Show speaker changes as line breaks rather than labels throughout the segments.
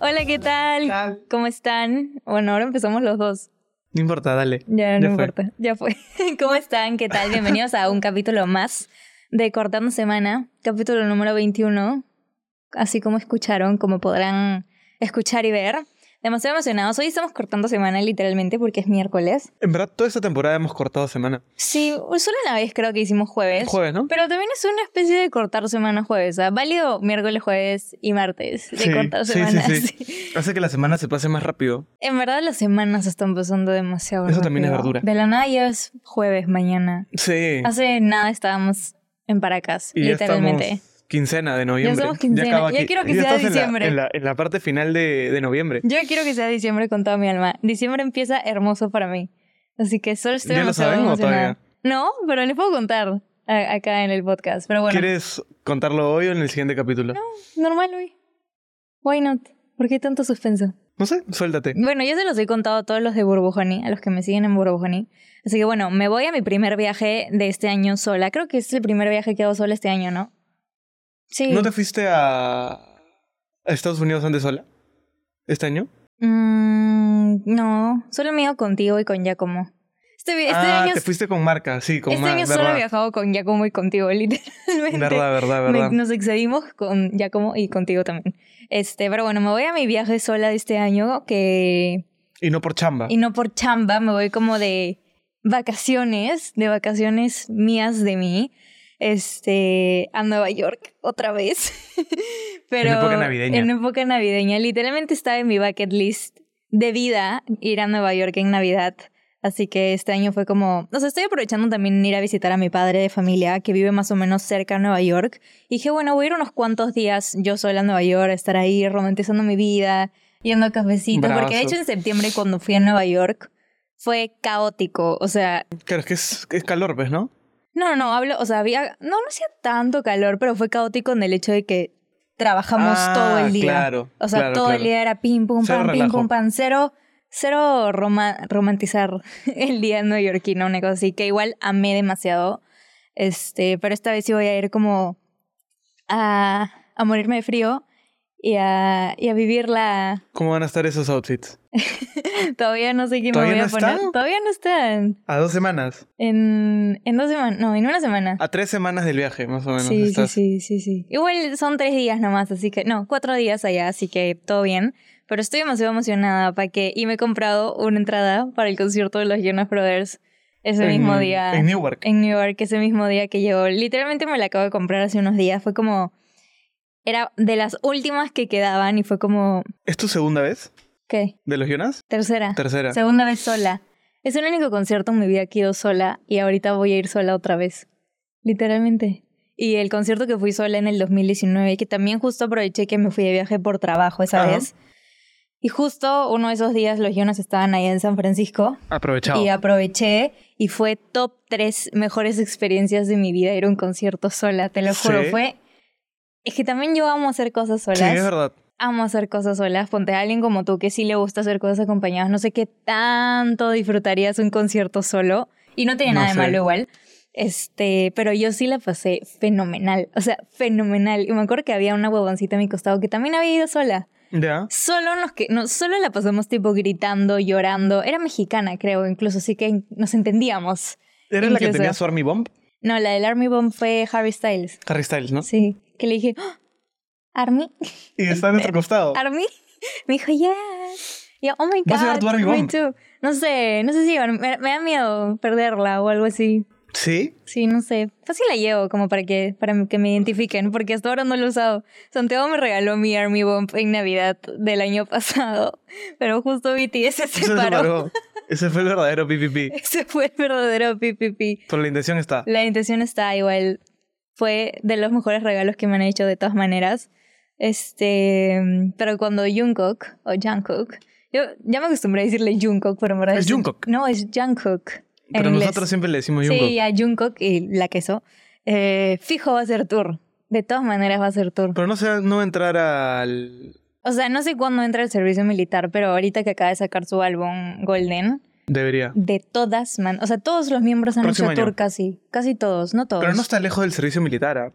Hola, ¿qué tal?
tal?
¿Cómo están? Bueno, ahora empezamos los dos.
No importa, dale.
Ya, no
Ya fue.
importa. Ya fue. ¿Cómo están? ¿Qué tal? Bienvenidos a un capítulo más de Cortando Semana, capítulo número 21. Así como escucharon, como podrán escuchar y ver. Demasiado emocionados. Hoy estamos cortando semana literalmente porque es miércoles.
En verdad, toda esta temporada hemos cortado semana.
Sí, solo una vez creo que hicimos jueves.
Jueves, ¿no?
Pero también es una especie de cortar semana jueves. ¿ah? Válido miércoles, jueves y martes de
Sí,
cortar
sí, sí,
semana.
sí.
sí.
Hace que la semana se pase más rápido.
En verdad las semanas están pasando demasiado
Eso también es
rápido.
verdura.
De la nada ya es jueves mañana.
Sí.
Hace nada estábamos en Paracas,
Y ya
literalmente.
estamos quincena de noviembre.
somos quincena.
acaba
Ya
aquí.
quiero que sea
estás en la-
diciembre.
En la, en la parte final de, de noviembre.
Yo quiero que sea diciembre con toda mi alma. Diciembre empieza hermoso para mí. Así que solo estoy
¿Ya lo
demasiado
saben o
emocionada.
todavía?
No, pero les puedo contar a- acá en el podcast. Pero bueno,
¿Quieres contarlo hoy o en el siguiente capítulo? No,
normal hoy. Why not? ¿Por qué tanto suspenso?
sé, suéltate.
Bueno, yo se los he contado a todos los de Burbujoni, a los que me siguen en Burbujoni. Así que bueno, me voy a mi primer viaje de este año sola. Creo que es el primer viaje que hago sola este año, ¿no? Sí.
¿No te fuiste a, a Estados Unidos antes sola? ¿Este año?
Mm, no, solo me he ido contigo y con Giacomo. Este, vi- este
ah,
año,
te fuiste con marca, sí, con
este
marca.
año solo he viajado con Giacomo y contigo, literalmente.
Verdad, verdad,
Me-
verdad.
nos excedimos con Giacomo y contigo también. Este, pero bueno, me voy a mi viaje sola de este año que
Y no por chamba.
y no por chamba, me voy como de vacaciones, de vacaciones mías de mí, este, a Nueva York otra vez. Pero
En época navideña.
En época navideña, literalmente estaba en mi bucket list de vida ir a Nueva York en Navidad. Así que este año fue como, o sea, estoy aprovechando también ir a visitar a mi padre de familia que vive más o menos cerca a Nueva York. Y dije, bueno, voy a ir unos cuantos días yo sola a Nueva York, a estar ahí romantizando mi vida, yendo a cafecitos, porque de
Bravazo.
hecho en septiembre cuando fui a Nueva York fue caótico, o sea,
Claro, es que es, es calor, ¿ves, no?
no, no, no, hablo, o sea, había, no, no hacía tanto calor, pero fue caótico en el hecho de que trabajamos
Ah,
todo el día.
Claro,
o sea,
claro,
todo el
claro.
día era pim, pum,
Cero
pam, pim,
relajo.
pum, pam, cero, cero roma- romantizar el día neoyorquino, una cosa así, que igual amé demasiado, este, pero esta vez sí voy a ir como a, a morirme de frío y a, y a vivir la,
¿Cómo van a estar esos outfits?
Todavía no sé qué me
¿Todavía
voy a
no
poner.
está?
Todavía no están.
A dos semanas.
En, en dos semanas. No, en una semana.
A tres semanas del viaje, más o menos.
sí,
estás.
sí, sí, sí, sí. Igual son tres días nomás, así que. No, cuatro días allá, así que todo bien. Pero estoy demasiado emocionada para que. Y me he comprado una entrada para el concierto de los Jonas Brothers ese
En-
mismo día.
En Newark.
en New York ese mismo día que llegó. Literalmente me la acabo de comprar hace unos días. Fue como. Era de las últimas que quedaban y fue como.
¿Es tu segunda vez
¿Qué?
de los Jonas?
Tercera.
Tercera.
Segunda vez sola. Es el único concierto en mi vida que he ido sola y ahorita voy a ir sola otra vez. Literalmente. Y el concierto que fui sola en el 2019, que también justo aproveché que me fui de viaje por trabajo esa
Ajá.
vez. Y justo uno de esos días los Jonas estaban ahí en San Francisco
Aprovechado.
y aproveché y fue top 3 mejores experiencias de mi vida ir a un concierto sola, te lo juro.
Sí.
Fue... Es que también yo amo hacer cosas solas
sí, es verdad.
amo hacer cosas solas. Ponte a alguien como tú que sí le gusta hacer cosas acompañadas. No sé qué tanto disfrutarías un concierto solo. Y no tiene
No
nada de
sé.
malo igual. Este, pero yo sí la pasé fenomenal. O sea, fenomenal. Y me acuerdo que había una huevoncita a mi costado que también había ido sola.
Ya.
Solo nos que no, solo la pasamos tipo gritando, llorando. Era mexicana, creo, incluso, así que nos entendíamos.
¿Era la que
Incluso-
tenía su Army Bomb?
No, la del Army Bomb fue Harry Styles.
Harry Styles, ¿no?
Sí. Que le dije, "¡Ah! Army,
Y está a nuestro costado.
Army me dijo, yes. Y yo, oh my god.
¿Vas a llevar tu Army
me
Bomb?
too. No sé, no sé si llevar- me, me da miedo perderla o algo así.
Sí.
Sí, no sé. Fácil la llevo como para que, para que me identifiquen, porque hasta ahora no lo he usado. Santiago me regaló mi Army Bomb en Navidad del año pasado, pero justo BTS se
Ese se
paró.
paró. Ese fue el verdadero PPP.
Ese fue el verdadero PPP.
Pero la intención está.
La intención está igual. Fue de los mejores regalos que me han hecho de todas maneras. Este, pero cuando Jungkook o Jungkook, yo ya me acostumbré a decirle Jungkook, pero en verdad
Es Jungkook.
No, es Jungkook. en
Pero
inglés.
nosotros siempre le decimos Jungkook.
Sí, a Jungkook y la queso. Eh, fijo va a ser tour. De todas maneras va a ser tour.
Pero no, se, no va a entrar al...
O sea, no sé cuándo entra el servicio militar, pero ahorita que acaba de sacar su álbum Golden,
Debería.
de todas maneras, o sea, todos los miembros han
Próximo
hecho tour
año.
casi, casi todos, no todos.
Pero no está lejos del servicio militar, ¿ah?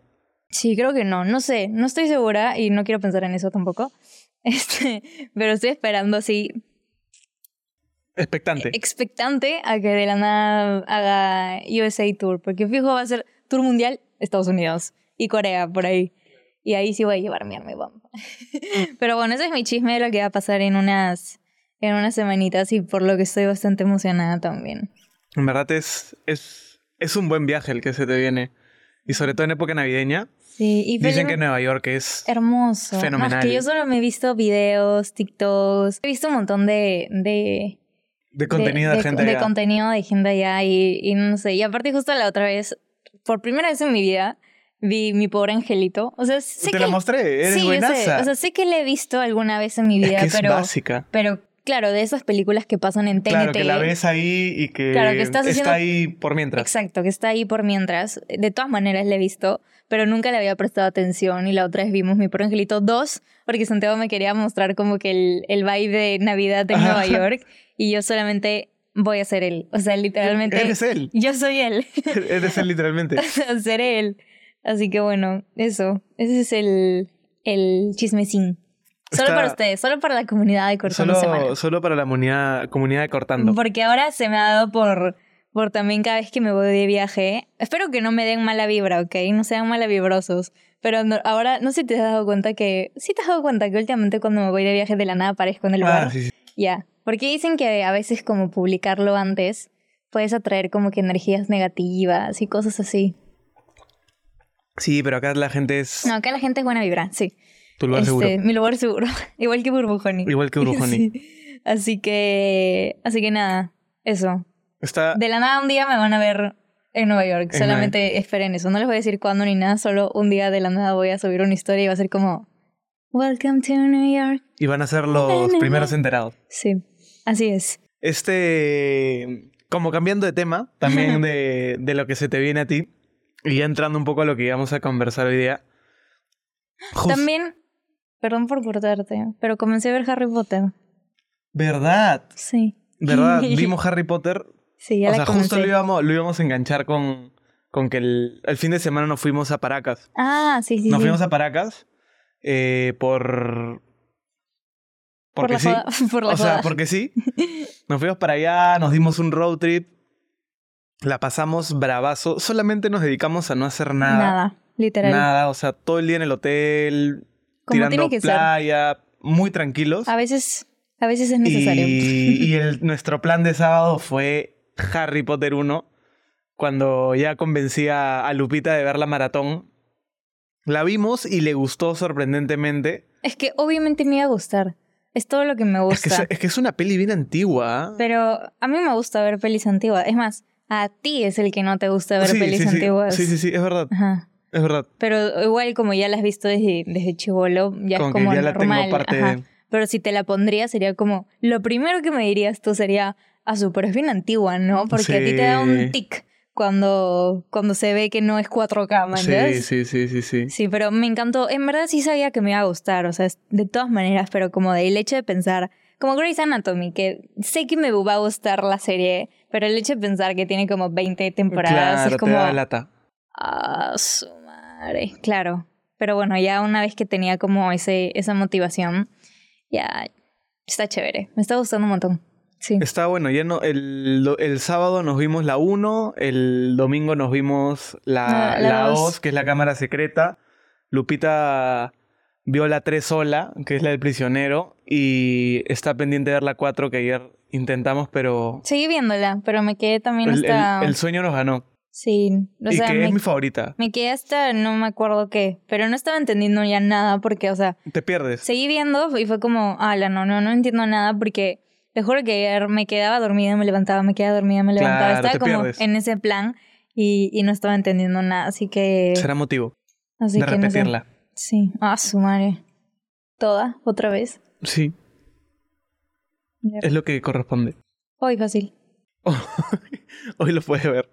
Sí, creo que no. No sé, no estoy segura y no quiero pensar en eso tampoco. Este, pero estoy esperando así,
Expectante.
expectante a que de la nada haga USA Tour, porque fijo va a ser Tour Mundial Estados Unidos y Corea por ahí. Y ahí sí voy a llevar mi arma y bomba. Pero bueno, ese es mi chisme de lo que va a pasar en unas, en unas semanitas y por lo que estoy bastante emocionada también.
En verdad es, es, es un buen viaje el que se te viene. Y sobre todo en época navideña.
Sí, y
Dicen
felizmente-
que Nueva York es...
Hermoso. No, es
Fenomenal.
que yo solo me he visto videos, TikToks. He visto un montón de. de
De contenido de, gente
de
allá.
contenido de gente allá y, y no sé. Y aparte, justo la otra vez, por primera vez en mi vida, vi mi pobre angelito. O sea, sé
Te
que.
la mostré, eres
sí, yo
buenaza.
sé. O sea, sé que le he visto alguna vez en mi
es
vida,
que es
pero.
básica.
Pero claro, de esas películas que pasan en TNT.
Claro, que la ves ahí y que,
Claro, que estás haciendo-
está ahí por mientras.
Exacto, que está ahí por mientras. De todas maneras le he visto, pero nunca le había prestado atención. Y la otra vez vimos Mi Pobre Angelito 2, porque Santiago me quería mostrar como que el, el vibe de Navidad en Nueva
Ajá.
York. Y yo solamente voy a ser él. O sea, literalmente.
Eres él.
Yo soy él.
Eres él literalmente.
Seré él. Así que bueno, eso. Ese es el, el chismecín. Solo
Está-
para ustedes, solo para la comunidad de Cortando Semana.
Solo, solo para la comunidad, comunidad de Cortando.
Porque ahora se me ha dado por, por también cada vez que me voy de viaje. Espero que no me den mala vibra, ¿ok? No sean malavibrosos. Pero no- ahora, no sé si te has dado cuenta que... Sí te has dado cuenta que últimamente cuando me voy de viaje de la nada aparezco en el
Ah,
lugar.
sí, sí.
Ya. Porque dicen que a veces como publicarlo antes puedes atraer como que energías negativas y cosas así.
Sí, pero acá la gente es
No, acá la gente es buena vibra, sí.
tu lugar
Este,
seguro.
Mi lugar seguro. Igual que Burbujoni.
Igual que Urujoni.
Sí. Así que... Así que nada, eso.
Está
De la nada un día me van a ver en Nueva York.
En
Solamente esperen eso. No les voy a decir cuándo ni nada. Solo un día de la nada voy a subir una historia y va a ser como... Welcome to New York.
y van a ser los
Bueno.
primeros enterados.
Sí, así es.
Este, como cambiando de tema, también de, de lo que se te viene a ti, y ya entrando un poco a lo que íbamos a conversar hoy día. Jus-
También... Perdón por cortarte, pero comencé a ver Harry Potter.
¿Verdad?
Sí.
¿Verdad? Vimos Harry Potter.
Sí, ya
o
la
sea,
comencé.
justo lo íbamos, lo íbamos a enganchar con, con que el, el fin de semana nos fuimos a Paracas.
Ah, sí, sí,
Nos
sí.
fuimos a Paracas eh, por...
por la
Porque sí.
joda. Por la
o sea,
joda.
porque sí. Nos fuimos para allá, nos dimos un road trip, la pasamos bravazo. Solamente nos dedicamos a no hacer nada.
Nada, literal.
Nada, o sea, todo el día en el hotel,
Como tiene
tirando
que ser.
playa, muy tranquilos.
A veces, a veces es necesario.
y y el, nuestro plan de sábado fue Harry Potter 1, cuando ya convencí a, a Lupita de ver la maratón. La vimos y le gustó sorprendentemente.
Es que obviamente me iba a gustar. Es todo lo que me
Es que,
gusta.
es, es que es una peli bien antigua. ¿ah?
Pero a mí me gusta ver pelis antiguas. Es más, a ti es el que no te gusta ver
Sí,
pelis
sí, sí.
antiguas.
Sí, sí, sí, es verdad,
Ajá.
es verdad.
Pero igual como ya la has visto desde, desde chivolo, ya
Como
es
que
como
ya la tengo
normal.
parte
Ajá.
de-
Pero si te la pondría sería como... Lo primero que me dirías tú sería... A su, pero es bien antigua, ¿no? Porque a ti te da
Sí.
un tic cuando, cuando se ve que no es 4K, ¿me entiendes?
Sí, sí, sí, sí, sí.
Sí, pero me encantó. En verdad sí sabía que me iba a gustar, o sea, es- de todas maneras, pero como del hecho de pensar, como Grey's Anatomy, que sé que me va a gustar la serie, pero el hecho de pensar que tiene como 20 temporadas
claro,
es como...
te da lata.
Ah, su madre. Claro. Pero bueno, ya una vez que tenía como ese, esa motivación, ya está chévere. Me está gustando un montón. Sí.
Está bueno, ya no, el, do- el sábado nos vimos la 1, el domingo nos vimos la,
Ah, la
la 2,
dos.
que es la cámara secreta. Lupita vio la 3 sola, que es la del prisionero, y está pendiente de ver la 4 que ayer intentamos, pero
Seguí viéndola, pero me quedé también
el, el-
hasta...
el sueño nos ganó.
Sí, o
y
sea,
que
me
es mi favorita.
Me quedé hasta no me acuerdo qué, pero no estaba entendiendo ya nada porque, o sea,
Te pierdes.
seguí viendo y fue como, ala, no, no, no entiendo nada porque te juro que ayer me quedaba dormida, me levantaba, me quedaba dormida, me levantaba.
Claro, te
estaba como
pierdes.
en ese plan y, y no estaba entendiendo nada, así que...
Será motivo
así
de
que no sé.
repetirla.
Sí, ah, su madre. Toda, otra vez.
Sí, es lo que corresponde.
Hoy fácil.
Hoy lo puedes ver.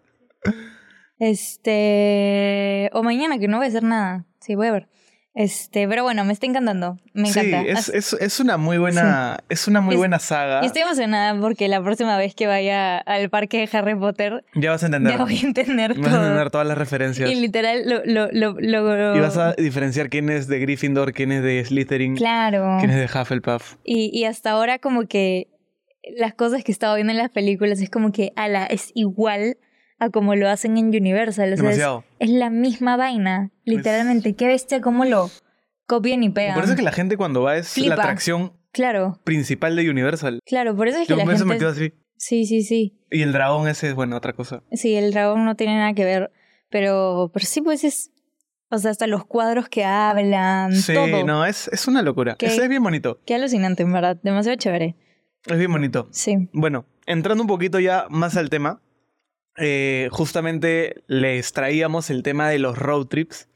Este... O mañana, que no voy a hacer nada. Sí, voy a ver. Este, pero bueno, me está encantando. Me encanta.
Sí, es,
Así-
es, es una muy buena, es una muy
Es-
buena saga.
y estoy emocionada porque la próxima vez que vaya al parque de Harry Potter,
Ya vas a entender.
ya voy a entender
Vas a entender
todo.
todas las referencias.
Y
Y,
literal lo, lo, lo, lo-
vas a diferenciar quién es de Gryffindor, quién es de Slytherin,
Claro.
quién es de Hufflepuff.
Y, y hasta ahora como que las cosas que estaba viendo en las películas es como que, ala, es igual a como lo hacen en Universal. O sea, es,
Demasiado. Pues
es la misma vaina, literalmente. Qué bestia, cómo lo copian y pegan.
Por eso es que la gente cuando va es
eh, Flipa.
la atracción
Claro,
principal de Universal.
claro, por eso es que
Yo me
la
hubiese
gente...
metido así.
Sí, sí, sí.
Y el dragón ese es, bueno, otra cosa.
Sí, el dragón no tiene nada que ver, pero, pero sí, pues es... O sea, hasta los cuadros que hablan,
Sí,
todo.
no, es, es una locura.
¿Qué?
Ese es bien bonito.
Qué alucinante, en verdad. Demasiado chévere.
Es bien bonito.
Sí.
Bueno, entrando un poquito ya más al tema, eh, justamente les traíamos el tema de los road trips,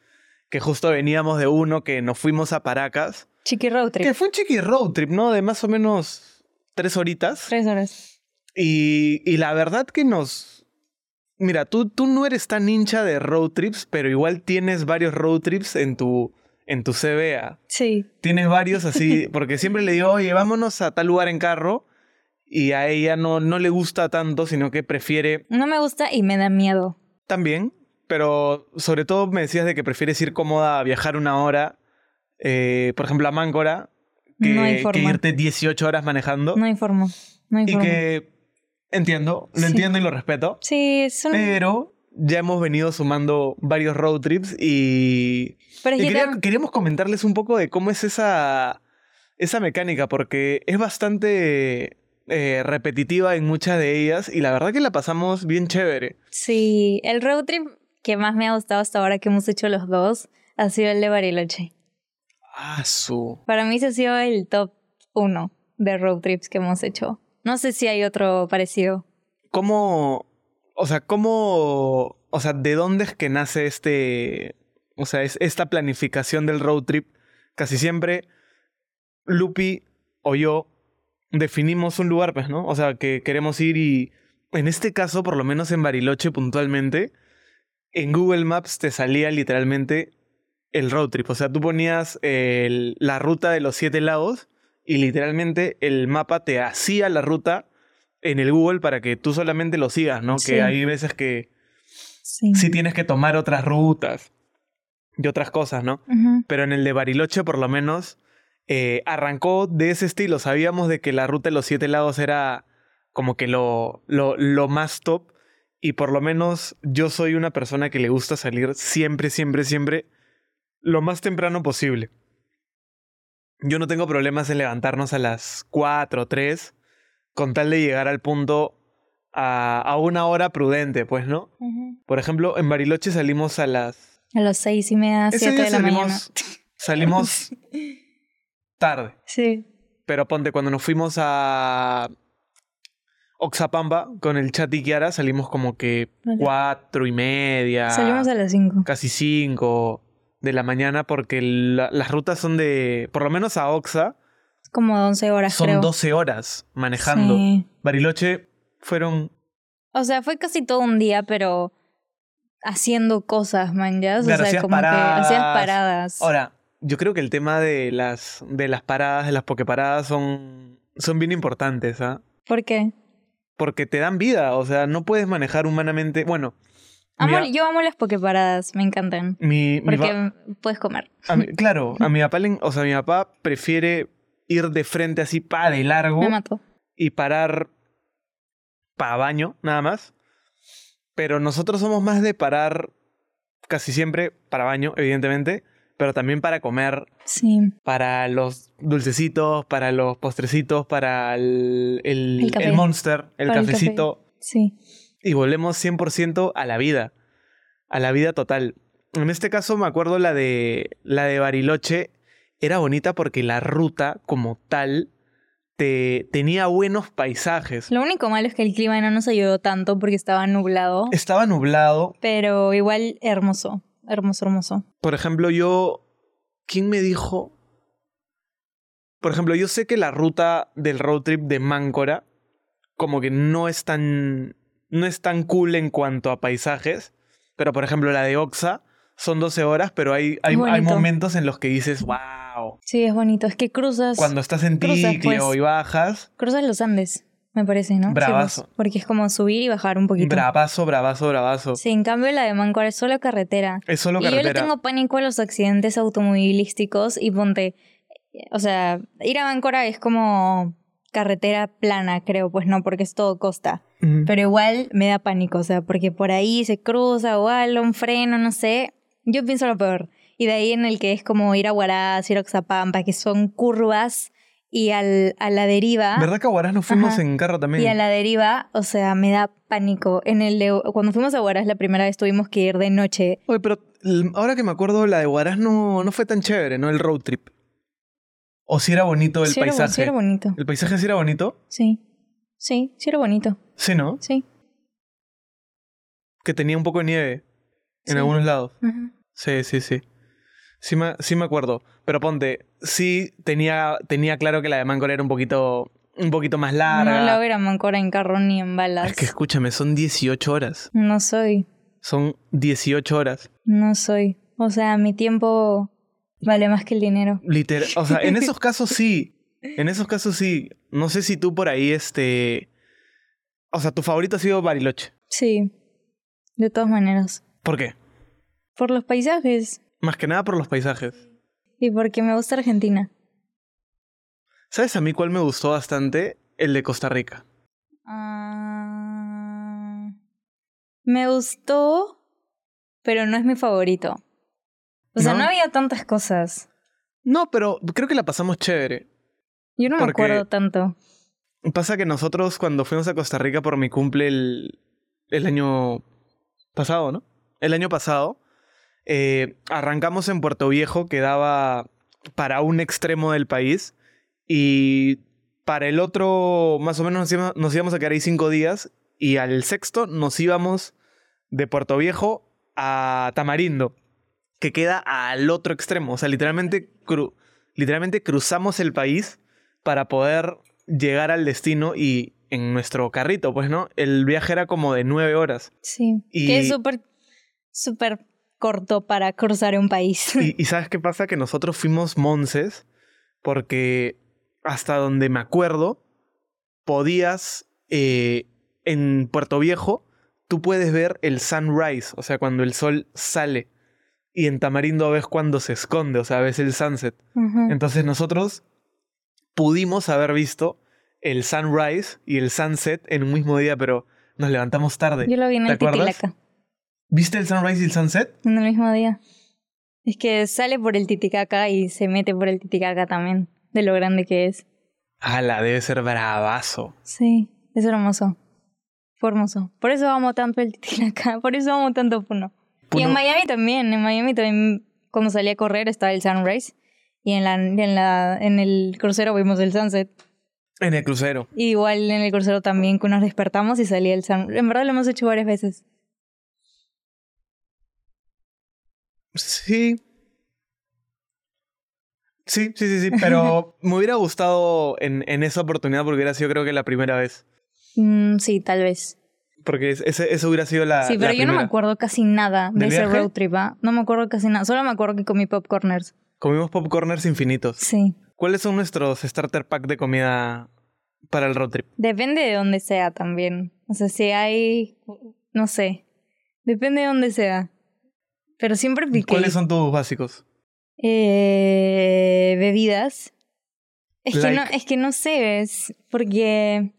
que justo veníamos de uno que nos fuimos a Paracas,
Chiqui Road Trip.
que fue un chiqui road trip, ¿no? De más o menos tres horitas.
Tres horas.
Y, y la verdad que nos... Mira, tú, tú no eres tan hincha de road trips, pero igual tienes varios road trips en tu, en tu CBA.
Sí.
Tienes varios así, porque siempre le digo, oye, vámonos a tal lugar en carro. Y a ella no, no le gusta tanto, sino que prefiere
No me gusta y me da miedo.
también. Pero sobre todo me decías de que prefieres ir cómoda a viajar una hora, eh, por ejemplo, a Máncora, que,
No hay
que
forma.
irte 18 horas manejando.
No informo. No
y
informo.
que entiendo, lo
Sí.
entiendo y lo respeto.
Sí, es un.
Pero ya hemos venido sumando varios road trips y
pero es
y
que
quería-
tam-
queríamos comentarles un poco de cómo es esa, esa mecánica, porque es bastante eh, repetitiva en muchas de ellas y la verdad que la pasamos bien chévere.
Sí, el road trip que más me ha gustado hasta ahora que hemos hecho los dos ha sido el de Bariloche.
Ah, su.
Para mí ese ha sido el top uno de road trips que hemos hecho. No sé si hay otro parecido.
¿Cómo, o sea, cómo, o sea, de dónde es que nace este, o sea, es esta planificación del road trip? Casi siempre Lupi o yo definimos un lugar, pues, ¿no? O sea, que queremos ir y, en este caso, por lo menos en Bariloche puntualmente, en Google Maps te salía literalmente el road trip. O sea, tú ponías el- la ruta de los siete lagos y literalmente el mapa te hacía la ruta en el Google para que tú solamente lo sigas, ¿no?
Sí.
Que hay veces que
Sí.
sí tienes que tomar otras rutas y otras cosas, ¿no?
Ujú.
pero en el de Bariloche por lo menos eh, arrancó de ese estilo. Sabíamos de que la ruta de los siete lagos era como que lo, lo, lo más top y por lo menos yo soy una persona que le gusta salir siempre, siempre, siempre lo más temprano posible. Yo no tengo problemas en levantarnos a las 4 o 3 con tal de llegar al punto a, a una hora prudente, pues, ¿no?
Ujú.
Por ejemplo, en Bariloche salimos a las
A las seis y media,
ese
siete
día
de la
salimos,
mañana.
salimos tarde.
Sí.
Pero ponte, cuando nos fuimos a Oxapampa con el chat y Kiara, salimos como que
Vale.
cuatro y media,
Salimos a las cinco.
casi cinco de la mañana, porque la- las rutas son de, por lo menos a Oxa,
Como once horas,
son
creo.
12 horas manejando.
Sí.
Bariloche fueron
O sea, fue casi todo un día, pero haciendo cosas, man, ya. O
Claro,
sea,
hacías
como que
paradas.
hacías paradas.
Ahora, yo creo que el tema de las, de las paradas, de las pokeparadas, son, son bien importantes, ¿ah?
¿Por qué?
Porque te dan vida, o sea, no puedes manejar humanamente. Bueno, mi
Amo-
a-
yo amo las pokeparadas, me encantan.
mi, mi pa-
Ah, Porque puedes comer.
a mi- claro, a mi papá, le- o sea, mi papá prefiere ir de frente así pa de largo
Me mató.
y parar pa baño, nada más. Pero nosotros somos más de parar casi siempre para baño, evidentemente, pero también para comer,
Sí.
para los dulcecitos, para los postrecitos, para el, el,
El café.
el monster, el
Para el
cafecito.
Sí.
y volvemos 100% a la vida, a la vida total. En este caso me acuerdo la de, la de Bariloche, era bonita porque la ruta como tal te, tenía buenos paisajes.
Lo único malo es que el clima no nos ayudó tanto porque estaba nublado.
Estaba nublado,
Pero igual hermoso. Hermoso, hermoso.
Por ejemplo, yo. ¿Quién me dijo? Por ejemplo, yo sé que la ruta del road trip de Máncora, como que no es tan. no es tan cool en cuanto a paisajes. Pero, por ejemplo, la de Oxa son 12 horas, pero hay, hay, hay
Bonito.
momentos en los que dices, wow.
Sí, es bonito. Es que cruzas,
Cuando estás en
Cruzas,
Ticlio
pues.
y bajas,
cruzas los Andes, me parece, ¿no? Sí,
Bravazo.
pues, porque es como subir y bajar un poquito.
bravazo, bravazo, bravazo.
Sí, en cambio la de Mancuar es solo carretera.
Es solo
y yo le
carretera.
tengo pánico a los accidentes automovilísticos y ponte, o sea, ir a Bancora es como carretera plana, creo, pues no, porque es todo costa.
Ujú.
Pero igual me da pánico, o sea, porque por ahí se cruza o algo, un freno, no sé. Yo pienso lo peor. Y de ahí en el que es como ir a Huaraz, ir a Oxapampa, que son curvas y al, a la deriva.
¿Verdad que a Huaraz nos fuimos
Ajá.
en carro también?
Y a la deriva, o sea, me da pánico. En el de- cuando fuimos a Huaraz la primera vez tuvimos que ir de noche.
Oye, pero l- ahora que me acuerdo, la de Huaraz no, no fue tan chévere, ¿no? El road trip. O si era bonito el
sí, era,
paisaje.
sí era bonito.
¿El paisaje sí era bonito?
Sí. Sí, sí era bonito.
Sí, ¿no?
Sí.
Que tenía un poco de nieve en
Sí.
algunos lados.
Ajá.
Sí, sí, sí. Sí me, sí me acuerdo. Pero ponte, sí tenía, tenía claro que la de Mancor era un poquito, un poquito más larga.
No la era Mancora en carro ni en balas.
es que escúchame, son 18 horas.
No soy.
Son 18 horas.
No soy. O sea, mi tiempo vale más que el dinero.
Literal. O sea, en esos casos sí. En esos casos sí. No sé si tú por ahí, este. O sea, tu favorito ha sido Bariloche.
Sí. De todas maneras.
¿Por qué?
Por los paisajes
Más que nada por los paisajes.
y porque me gusta Argentina.
¿Sabes a mí cuál me gustó bastante? El de Costa Rica.
Ah, me gustó, pero no es mi favorito. O sea,
¿No?
no, había tantas cosas.
No, pero creo que la pasamos chévere.
Yo no me
Porque-
acuerdo tanto.
Pasa que nosotros cuando fuimos a Costa Rica por mi cumple el, el año pasado, ¿no? El año pasado, eh, arrancamos en Puerto Viejo, que daba para un extremo del país, y para el otro, más o menos nos íbamos, nos íbamos a quedar ahí cinco días, y al sexto nos íbamos de Puerto Viejo a Tamarindo, que queda al otro extremo. O sea, literalmente, cru- literalmente cruzamos el país para poder llegar al destino y en nuestro carrito, pues, ¿no? El viaje era como de nueve horas.
Sí.
Y-
Que es súper, súper corto para cruzar un país.
Y, y ¿sabes qué pasa? Que nosotros fuimos monces porque hasta donde me acuerdo, podías, eh, en Puerto Viejo, tú puedes ver el sunrise, o sea, cuando el sol sale. Y en Tamarindo ves cuando se esconde, o sea, ves el sunset.
Ajá.
Entonces nosotros pudimos haber visto el sunrise y el sunset en un mismo día, pero nos levantamos tarde.
Yo lo vi en
¿Te
el
acuerdas?
Titicaca,
¿Viste el sunrise y el sunset?
en el mismo día. Es que sale por el Titicaca y se mete por el Titicaca también, de lo grande que es.
la debe ser bravazo.
Sí, es hermoso. Fue hermoso. Por eso amo tanto el Titicaca, por eso amo tanto Puno. Y en
Puno-
Miami también, en Miami también cuando salí a correr estaba el sunrise y en la, en la en el crucero vimos el sunset.
En el crucero.
Y igual en el crucero también que nos despertamos y salía el sunrise. En verdad lo hemos hecho varias veces.
Sí. Sí, sí, sí, sí, pero me hubiera gustado en, en esa oportunidad porque hubiera sido creo que la primera vez.
Mm, sí, tal vez.
Porque es- ese, eso hubiera sido la...
sí, pero
Ah, la
yo no me
primera.
acuerdo casi nada de
¿Del
ese
viaje?
road trip, ¿ah? No me acuerdo casi nada. Solo me acuerdo que comí popcorners.
Comimos popcorners infinitos.
Sí.
¿Cuáles son nuestros starter pack de comida para el road trip?
Depende de dónde sea también. O sea, si hay. No sé. Depende de dónde sea. Pero siempre piqué.
¿Cuáles son tus básicos?
Eh, bebidas. Es, que no,
Like.
es que no sé, es porque.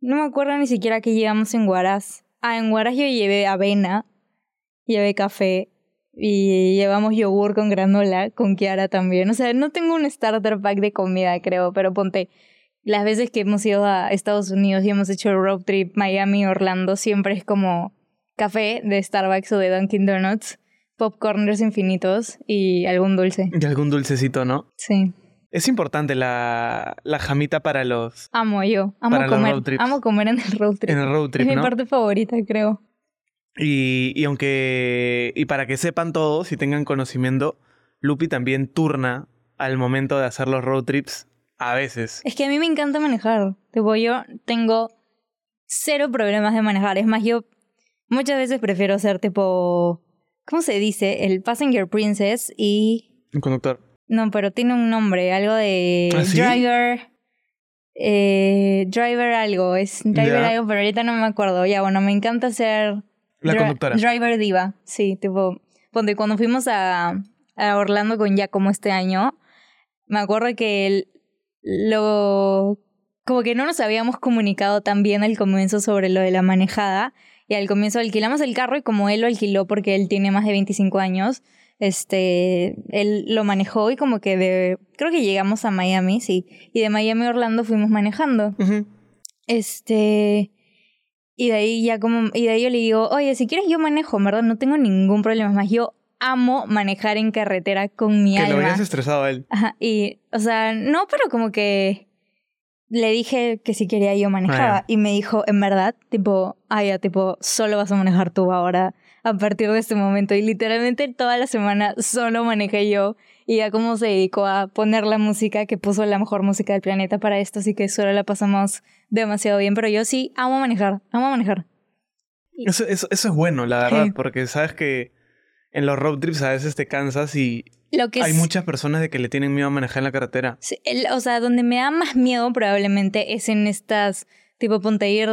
No me acuerdo ni siquiera que llevamos en Huaraz. Ah, en Huaraz yo llevé avena, llevé café y llevamos yogur con granola, con Kiara también. O sea, no tengo un starter pack de comida, creo, pero ponte. Las veces que hemos ido a Estados Unidos y hemos hecho el road trip Miami, Orlando, siempre es como café de Starbucks o de Dunkin' Donuts, popcorners infinitos y algún dulce.
Y algún dulcecito, ¿no?
Sí.
Es importante la, la jamita para los...
Amo yo. Amo
Para los
comer.
road trips.
Amo comer en el road trip.
En el road trip,
es mi
¿no?
parte favorita, creo.
Y, y aunque. Y para que sepan todos y tengan conocimiento, Lupi también turna al momento de hacer los road trips a veces.
Es que a mí me encanta manejar. Tipo, yo tengo cero problemas de manejar. Es más, yo muchas veces prefiero hacer tipo ¿Cómo se dice? El Passenger Princess y...
Un conductor.
No, pero tiene un nombre, algo de
¿Ah, sí?
driver. eh, driver algo, es driver
Ya.
algo, pero ahorita no me acuerdo. Ya, bueno, me encanta ser
La
dri-
conductora.
driver diva. Sí, tipo, ponte, cuando fuimos a, a Orlando con Giacomo este año, me acuerdo que el- lo. Como que no nos habíamos comunicado tan bien al comienzo sobre lo de la manejada. Y al comienzo alquilamos el carro y como él lo alquiló porque él tiene más de 25 años, este, él lo manejó y como que de, creo que llegamos a Miami, sí, y de Miami a Orlando fuimos manejando.
Ujú.
Este, y de ahí ya como, y de ahí yo le digo, oye, si quieres yo manejo, en ¿verdad? No tengo ningún problema, es más, yo amo manejar en carretera con mi
Que lo
alma.
habías estresado a él.
Ajá, y, o sea, no, pero como que le dije que si quería yo manejaba.
Ah,
Y me dijo, en verdad, tipo, ah, ya, tipo, solo vas a manejar tú ahora a partir de este momento. Y literalmente toda la semana solo manejé yo. Y ya como se dedicó a poner la música, que puso la mejor música del planeta para esto, así que solo la pasamos demasiado bien. Pero yo sí amo manejar, amo manejar.
Eso, eso, eso es bueno, la verdad,
Sí.
porque sabes que en los road trips a veces te cansas y
Lo que
hay
es-
muchas personas de que le tienen miedo a manejar en la carretera.
Sí, el- o sea, donde me da más miedo probablemente es en estas, tipo ponte ir,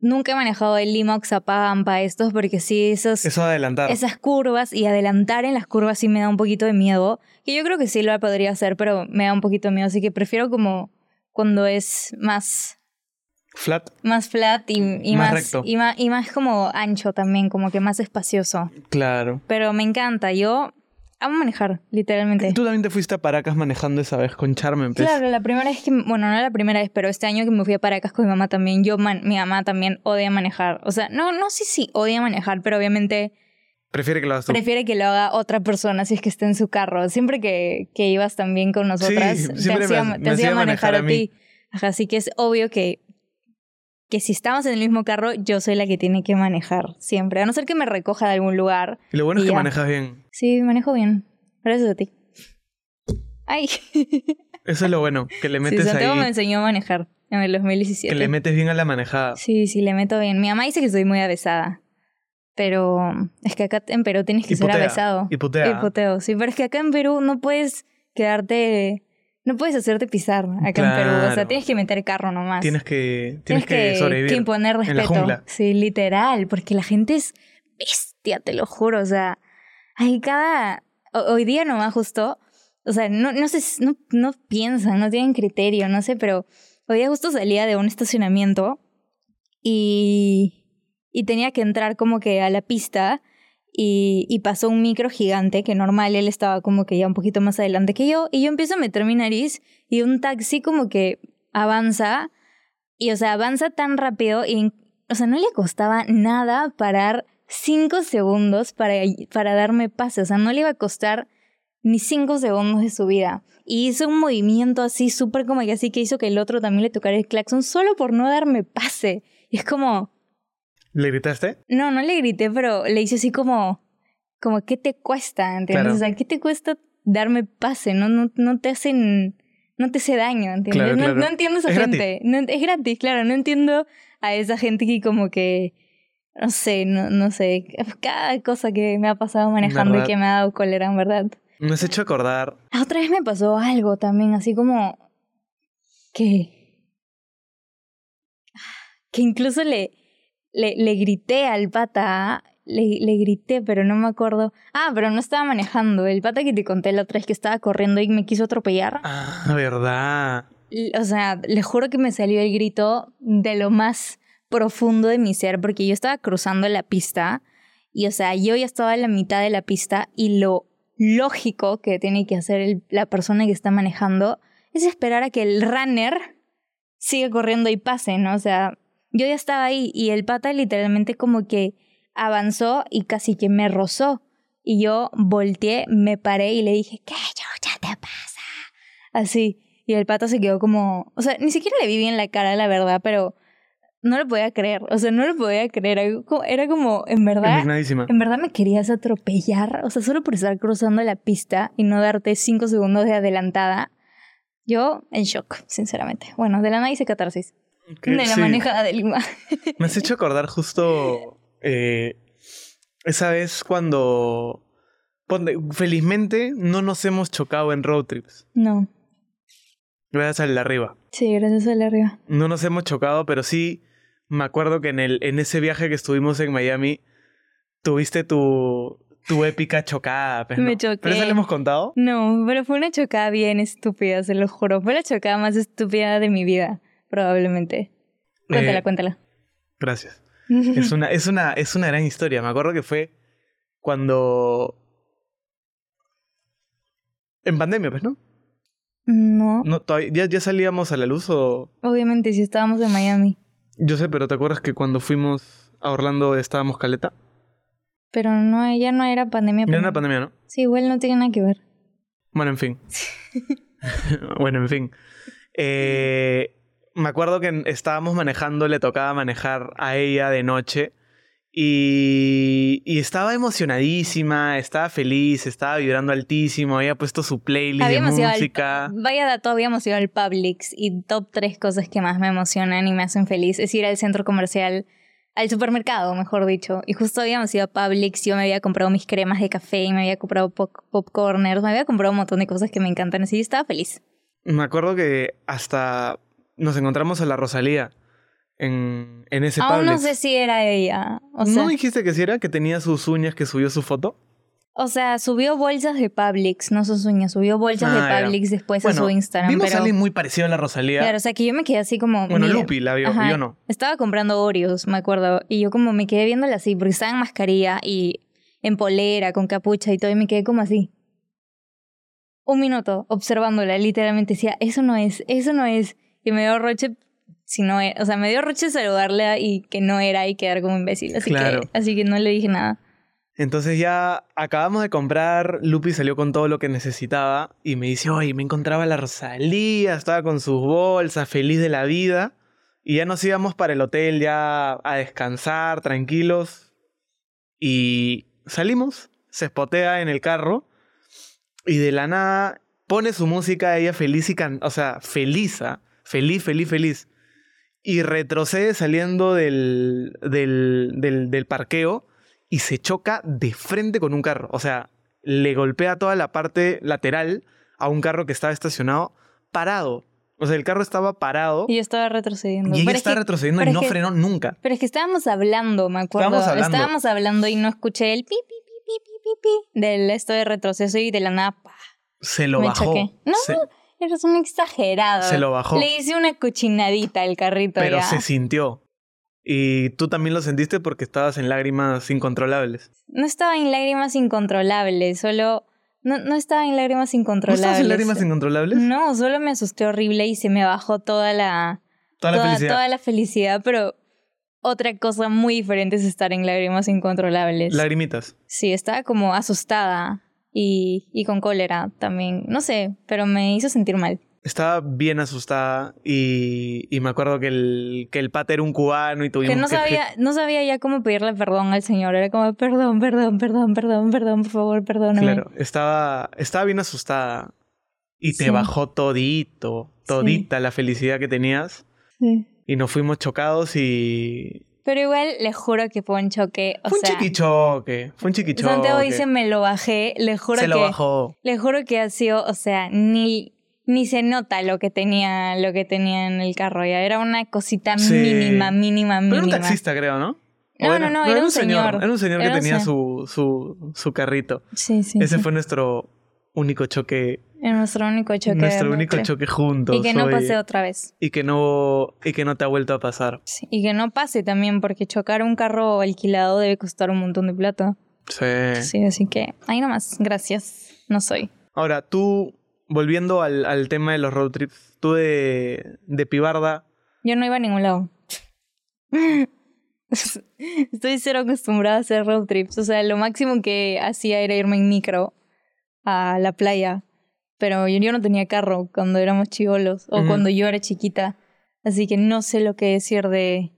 nunca he manejado el Lima, Oxapampa, estos, porque sí, esos,
Eso de adelantar.
esas curvas y adelantar en las curvas sí me da un poquito de miedo, que yo creo que sí lo podría hacer, pero me da un poquito de miedo, así que prefiero como cuando es más,
Flat.
más flat y, y más,
Más recto.
y más, y más como ancho también, como que más espacioso.
Claro.
Pero me encanta, yo amo manejar, literalmente.
Tú también te fuiste a Paracas manejando esa vez con Charmen, pues.
Claro, la primera vez que, bueno, no la primera vez, pero este año que me fui a Paracas con mi mamá también, yo, man- mi mamá también odia manejar. O sea, no, no sé si odia manejar, pero obviamente
Prefiere que lo hagas tú.
prefiere que lo haga otra persona si es que esté en su carro. Siempre que, que ibas también con nosotras, te
siempre me
hacía,
ha-
te
me
hacía
hacía manejar
manejar
a
a ti. Ajá, así que es obvio que, que si estamos en el mismo carro, yo soy la que tiene que manejar siempre. A no ser que me recoja de algún lugar.
Y lo bueno es
Y
que
ya.
manejas bien.
Sí, manejo bien. Gracias a ti. Ay,
Eso es lo bueno, que le
sí,
metes
Santiago me
ahí,
enseñó a manejar en el 2017.
que le metes bien a la manejada.
Sí, sí, le meto bien. Mi mamá dice que soy muy avesada. Pero es que acá en Perú tienes que
Y putea,
ser avesado.
y putea.
Y puteo, sí. Pero es que acá en Perú no puedes quedarte. No puedes hacerte pisar acá en Perú. O sea,
Claro.
tienes que meter carro nomás.
Tienes que,
Tienes
tienes que, sobrevivir.
que imponer
en la
respeto.
jungla.
Sí, literal. Porque la gente es bestia, te lo juro. O sea, hay cada. ho- Hoy día nomás, justo. O sea, no, no sé, si- no, no piensan, no tienen criterio, no sé, pero hoy día justo salía de un estacionamiento y, y tenía que entrar como que a la pista y, y pasó un micro gigante que normal él estaba como que ya un poquito más adelante que yo y yo empiezo a meter mi nariz y un taxi como que avanza y o sea, avanza tan rápido y o sea, no le costaba nada parar cinco segundos para, para darme pase, o sea, no le iba a costar ni cinco segundos de su vida. Y hizo un movimiento así súper como que así que hizo que el otro también le tocara el claxon solo por no darme pase. Y es como,
¿Le gritaste?
no, no le grité, pero le hice así como, como, ¿qué te cuesta? ¿Entiendes?
Claro.
O sea, ¿qué te cuesta darme pase? No, no, no te hacen, no te hace daño, ¿entiendes?
Claro,
no,
claro.
no entiendo a esa
Es gratis.
gente. No ent- es gratis, claro. No entiendo a esa gente que como que, no sé, no, no sé. Cada cosa que me ha pasado manejando
¿Verdad?
y que me ha dado cólera, en verdad.
Me has hecho acordar.
La Ah, otra vez me pasó algo también, así como que, que incluso le, le, le grité al pata, ¿ah? le, le grité, pero no me acuerdo. Ah, pero no estaba manejando. El pata que te conté la otra vez que estaba corriendo y me quiso atropellar.
Ah, verdad.
L- O sea, le juro que me salió el grito de lo más profundo de mi ser, porque yo estaba cruzando la pista y, o sea, yo ya estaba en la mitad de la pista y lo lógico que tiene que hacer el- la persona que está manejando es esperar a que el runner siga corriendo y pase, ¿no? O sea, yo ya estaba ahí y el pata literalmente como que avanzó y casi que me rozó. Y yo volteé, me paré y le dije, ¿qué chucha te pasa? Así. Y el pata se quedó como. O sea, ni siquiera le vi bien la cara, la verdad, pero no lo podía creer. O sea, no lo podía creer. Era co- Era como, en verdad.
Indignadísima.
En verdad me querías atropellar. O sea, solo por estar cruzando la pista y no darte cinco segundos de adelantada. Yo en shock, sinceramente. Bueno, de la nada hice catarsis.
Que-
de la
sí.
manejada de Lima.
Me has hecho acordar justo eh, Esa vez cuando... ponte, felizmente no nos hemos chocado en road trips.
No.
Gracias al de arriba.
Sí, gracias a la arriba.
No nos hemos chocado, pero sí me acuerdo que en, el, en ese viaje que estuvimos en Miami tuviste tu, tu épica chocada. pues,
Me
¿no?
choqué.
¿Pero eso le hemos contado?
No, pero fue una chocada bien estúpida, se lo juro. Fue la chocada más estúpida de mi vida, probablemente. Cuéntala,
Eh,
cuéntala.
Gracias. Es una, es, una, es una gran historia. Me acuerdo que fue cuando... En pandemia, pues, ¿no?
No,
no todavía- ya, ¿Ya salíamos a la luz o...?
obviamente, si estábamos en Miami.
Yo sé, pero ¿te acuerdas que cuando fuimos a Orlando estábamos caleta?
Pero no, ya no era pandemia.
Mira
pero-
una pandemia, ¿no?
Sí, igual no tiene nada que ver.
Bueno, en fin. bueno, en fin. Eh, me acuerdo que estábamos manejando, le tocaba manejar a ella de noche y, y estaba emocionadísima, estaba feliz, estaba vibrando altísimo, había puesto su playlist
Habíamos
de
ido al-
música.
Vaya dato, habíamos ido al Publix y top tres cosas que más me emocionan y me hacen feliz es ir al centro comercial, al supermercado, mejor dicho. Y justo habíamos ido a Publix, yo me había comprado mis cremas de café y me había comprado pop popcorners, me había comprado un montón de cosas que me encantan, así que estaba feliz.
Me acuerdo que hasta nos encontramos a la Rosalía en, en ese
Aún Ah, no
Publix.
sé si era ella. O sea,
¿No dijiste que si era que tenía sus uñas que subió su foto?
o sea, subió bolsas de Publix, no sus uñas, subió bolsas
Ah, ya.
de Publix después a
Bueno,
su Instagram.
Vimos
Pero,
a alguien muy parecido a la Rosalía.
claro, o sea, que yo me quedé así como...
Bueno,
mira,
Lupi la vio,
Ajá.
yo no.
Estaba comprando Oreos, me acuerdo, y yo como me quedé viéndola así, porque estaba en mascarilla y en polera, con capucha y todo, y me quedé como así. Un minuto observándola, literalmente decía, eso no es, eso no es. Y me dio roche, si no e- o sea, me dio roche saludarla y que no era y quedar como imbécil. Así,
Claro.
que, así que no le dije nada.
Entonces ya acabamos de comprar, Lupi salió con todo lo que necesitaba y me dice, oye, me encontraba la Rosalía, estaba con sus bolsas, feliz de la vida. Y ya nos íbamos para el hotel ya a descansar, tranquilos. Y salimos, se espotea en el carro y de la nada pone su música ella feliz y can... O sea, feliz, ah, feliz, feliz, feliz. Y retrocede saliendo del, del, del, del parqueo y se choca de frente con un carro. O sea, le golpea toda la parte lateral a un carro que estaba estacionado parado. O sea, el carro estaba parado
Y yo estaba retrocediendo.
y ella
Pero es
está
que-
retrocediendo
pero
y
es
no
que-
frenó nunca.
Pero es que estábamos hablando, me acuerdo.
Estábamos hablando.
Estábamos hablando y no escuché el pi, pi, pi, pi, pi, pi, pi del esto de retroceso y de la nada. pa.
Se lo
Me
bajó.
choqué. No,
Se-
Eres un exagerado.
Se lo bajó.
Le hice una cochinadita al carrito
pero
ya.
se sintió. Y tú también lo sentiste porque estabas en lágrimas incontrolables.
No estaba en lágrimas incontrolables, solo... No, no estaba en lágrimas
¿No
incontrolables. Mm,
estabas en lágrimas incontrolables?
No, solo me asusté horrible y se me bajó toda la...
Toda la felicidad.
toda la felicidad, pero... Otra cosa muy diferente es estar en lágrimas incontrolables.
Lagrimitas.
Sí, estaba como asustada y, y con cólera también. No sé, pero me hizo sentir mal.
Estaba bien asustada y, y me acuerdo que el, que el pata era un cubano y tuvimos
Que no sabía, no sabía ya cómo pedirle perdón al señor. Era como, perdón, perdón, perdón, perdón, perdón, por favor, perdóname.
Claro, estaba, estaba bien asustada y te
Sí.
bajó todito, todita la felicidad que tenías
Sí.
y nos fuimos chocados y...
Pero igual le juro que fue un choque. O
fue
sea,
un chiquichoque, fue un chiquichoque.
Santiago dice, me lo bajé. Le juro
Se
que.
lo bajó.
Le juro que ha sido, o sea, ni, ni se nota lo que tenía, lo que tenía en el carro. Ya era una cosita
Sí.
mínima, mínima, mínima.
Pero era un taxista, creo, ¿no?
No,
¿O
no, no, era un señor.
Era un señor
Era
que
un
tenía
se-
su, su, su carrito.
Sí, sí.
Ese
sí.
fue nuestro único choque,
Era nuestro único choque.
nuestro
de
único
rocle.
choque juntos.
Y que no
oye.
pase otra vez.
y que no y que no te ha vuelto a pasar.
Sí, y que no pase también, porque chocar un carro alquilado debe costar un montón de plata.
Sí.
Sí, así que ahí nomás, gracias. No soy.
Ahora, tú, volviendo al, al tema de los road trips, tú de, de pibarda,
Yo no iba a ningún lado. Estoy cero acostumbrada a hacer road trips. O sea, lo máximo que hacía era irme en micro a la playa. Pero yo, yo no tenía carro cuando éramos chivolos o
Ujú.
cuando yo era chiquita. Así que no sé lo que decir de,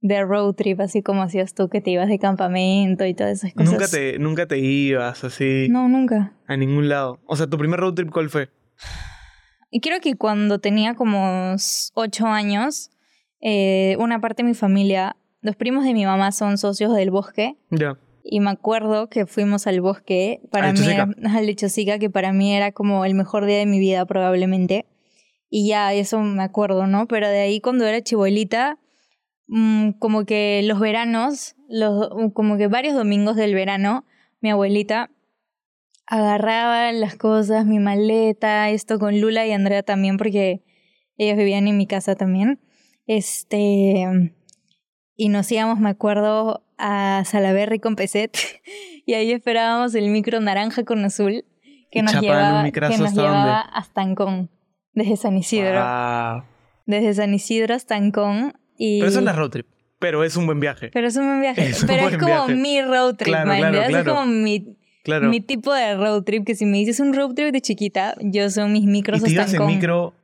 de road trip, así como hacías tú que te ibas de campamento y todas esas cosas.
nunca, te, nunca te ibas así
No, nunca.
a ningún lado. O sea, tu primer road trip, ¿cuál fue?
Y creo que cuando tenía como s- ocho años, eh, una parte de mi familia, los primos de mi mamá son socios del bosque
Ya.
Y me acuerdo que fuimos al bosque, para
¿A
mí, era-
Lechosica?
a Lechosica, que para mí era como el mejor día de mi vida probablemente. Y ya, eso me acuerdo, ¿no? Pero de ahí cuando era chibolita, mm, como que los veranos, los, mm, como que varios domingos del verano, mi abuelita agarraba las cosas, mi maleta, esto con Lula y Andrea también, porque ellos vivían en mi casa también. Este. Y nos íbamos, me acuerdo, a Salaberry con Peset. Y ahí esperábamos el micro naranja con azul que
Y
nos
chapaban un
llevaba, que
micrazo
nos
hasta
llevaba
dónde.
hasta Ancón. Desde San Isidro.
Ah,
Desde San Isidro hasta Ancón. Y...
Pero eso es la road trip. Pero es un buen viaje.
Pero es un buen viaje.
Es un
Pero es
buen
como
viaje.
mi road trip,
Claro,
¿me
claro,
entiendes?
claro.
Es como mi,
Claro.
mi tipo de road trip. Que si me dices un road trip de chiquita, yo son mis micros
y te
hasta
ibas en
Ancón.
micro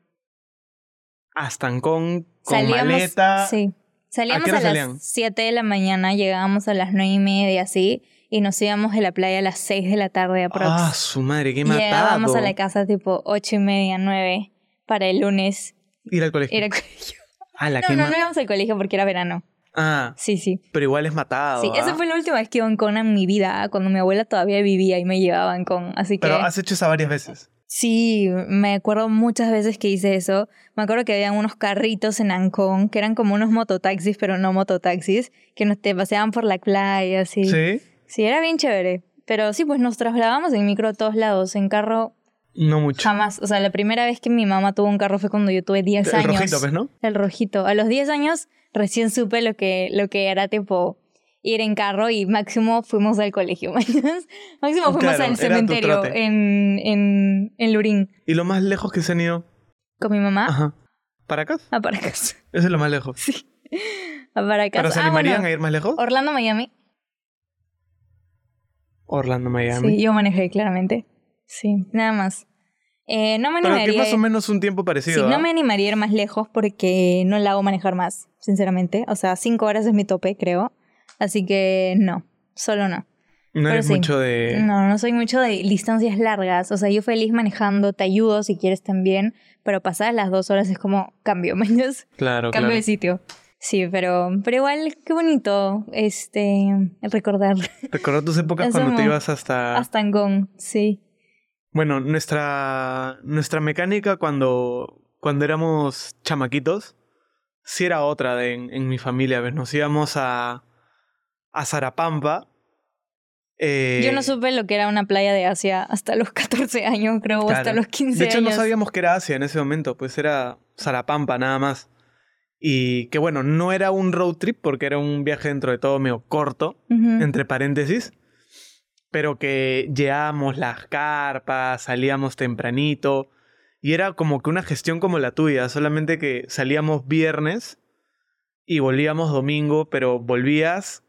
hasta Ancón con maleta.
Sí. Salíamos
qué
a,
hora
las
salían?
7 de la mañana, llegábamos a las 9 y media, así, y nos íbamos de la playa a las 6 de la tarde aprox.
Ah, su madre, qué
Y llegábamos
matado.
a la casa tipo 8 y media, 9 para el lunes.
Ir al colegio.
Era colegio.
Ah, la
No,
quema.
no, no íbamos al colegio porque era verano.
Ah,
Sí, sí.
pero igual es matado.
Sí,
¿ah?
esa fue la última vez que iba a Ancón en mi vida, cuando mi abuela todavía vivía y me llevaban con. Así que.
Pero has hecho esa varias veces.
Sí, me acuerdo muchas veces que hice eso. Me acuerdo que habían unos carritos en Ancón que eran como unos mototaxis, pero no mototaxis, que nos te paseaban por la playa, así. Sí.
¿Sí?
era bien chévere. Pero sí, pues nos trasladábamos en micro a todos lados, en carro
No mucho.
jamás. O sea, la primera vez que mi mamá tuvo un carro fue cuando yo tuve 10
El
años.
rojito, pues, ¿no?
El rojito. A los 10 años recién supe lo que, lo que era tipo ir en carro y máximo fuimos al colegio. máximo fuimos
Claro, era
al
tu
cementerio
trote.
en, en, en Lurín
¿Y lo más lejos que se han ido?
con mi mamá.
Ajá. ¿Para acá?
A para casa.
Eso es lo más lejos.
A para casa.
¿Pero se
Ah, bueno,
animarían a ir más lejos?
Orlando, Miami.
Orlando, Miami.
Sí, yo manejé, claramente. Sí, nada más. Eh, no me
Pero
animaría.
que más o
ir-
menos un tiempo
sí,
parecido. ¿ah?
no me animaría a ir más lejos porque no la hago manejar más, sinceramente. O sea, cinco horas es mi tope, creo. Así que no, solo no.
No
pero
eres
sí.
mucho de.
No, no soy mucho de distancias largas. O sea, yo feliz manejando, te ayudo si quieres también. Pero pasadas las dos horas es como cambio, mañas.
Claro,
Cambio
Ah, claro.
de sitio. Sí, pero, pero igual, qué bonito este recordar
Recordar tus épocas
Eso
cuando te
no.
ibas hasta.
hasta Angón, sí.
Bueno, nuestra. Nuestra mecánica cuando. Cuando éramos chamaquitos. Sí era otra de, en, en mi familia. ¿ves? Nos íbamos a. A Zarapampa. eh,
Yo no supe lo que era una playa de Asia hasta los 14 años, creo, o hasta
Claro.
los 15
De hecho,
años.
no sabíamos que era Asia en ese momento, pues era Zarapampa nada más. Y que bueno, no era un road trip porque era un viaje dentro de todo medio corto,
Ujú.
entre paréntesis, pero que llevábamos las carpas, salíamos tempranito y era como que una gestión como la tuya, solamente que salíamos viernes y volvíamos domingo, pero volvías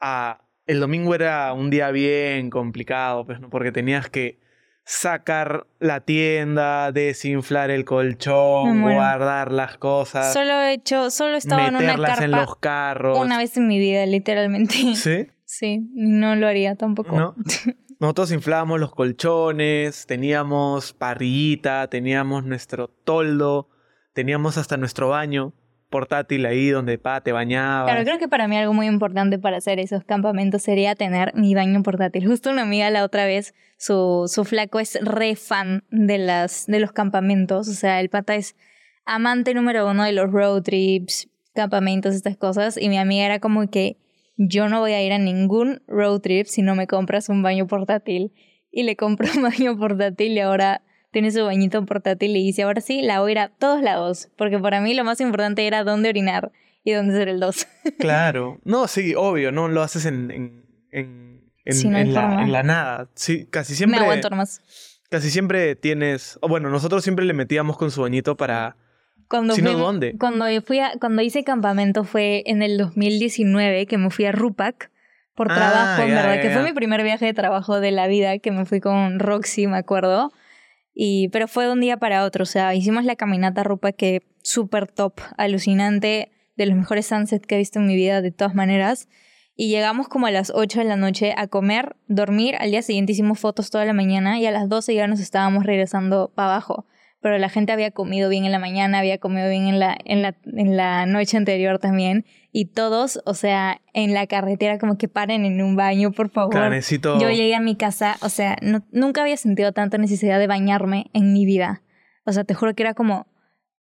a... El domingo era un día bien complicado, pues, ¿no? porque tenías que sacar la tienda, desinflar el
Me
colchón,
muero.
guardar las cosas,
Solo he hecho, solo he estado en una
meterlas
carpa
en los carros.
una vez en mi vida, literalmente. Sí,
¿Sí?
no lo haría tampoco.
No. Nosotros inflábamos los colchones, teníamos parrillita, teníamos nuestro toldo, teníamos hasta nuestro baño portátil ahí donde pa, te bañabas.
Claro, creo que para mí algo muy importante para hacer esos campamentos sería tener mi baño portátil. Justo una amiga la otra vez, su, su flaco es re fan de, las, de los campamentos. O sea, el pata es amante número uno de los road trips, campamentos, estas cosas. Y mi amiga era como que yo no voy a ir a ningún road trip si no me compras un baño portátil. Y le compró un baño portátil y ahora tiene su bañito portátil y dice, ahora sí, la voy a ir a todos lados. Porque para mí lo más importante era dónde orinar y dónde hacer el dos.
Claro. No, sí, obvio, no lo haces en, en, en, en-
Sí, no hay
en la,
forma.
en la nada. Sí, casi
Me
siempre,
aguanto más.
casi siempre tienes... o bueno, nosotros siempre le metíamos con su bañito para...
Cuando
Si no,
fui-
¿dónde?
Cuando, yo fui a- cuando hice campamento fue en el 2019 que me fui a Rupac por
Ah,
trabajo, en
ya,
verdad,
ya,
que fue
ya.
mi primer viaje de trabajo de la vida, que me fui con Roxy, me acuerdo. Y, pero fue de un día para otro, o sea, hicimos la caminata a Rupac que súper top, alucinante, de los mejores sunsets que he visto en mi vida de todas maneras. Y llegamos como a las 8 de la noche a comer, dormir, al día siguiente hicimos fotos toda la mañana y a las 12 ya nos estábamos regresando para abajo. pero la gente había comido bien en la mañana, había comido bien en la, en la, en la noche anterior también. Y todos, o sea, en la carretera como que paren en un baño, por favor.
Claro, necesito-
Yo llegué a mi casa, o sea, no- nunca había sentido tanta necesidad de bañarme en mi vida. O sea, te juro que era como,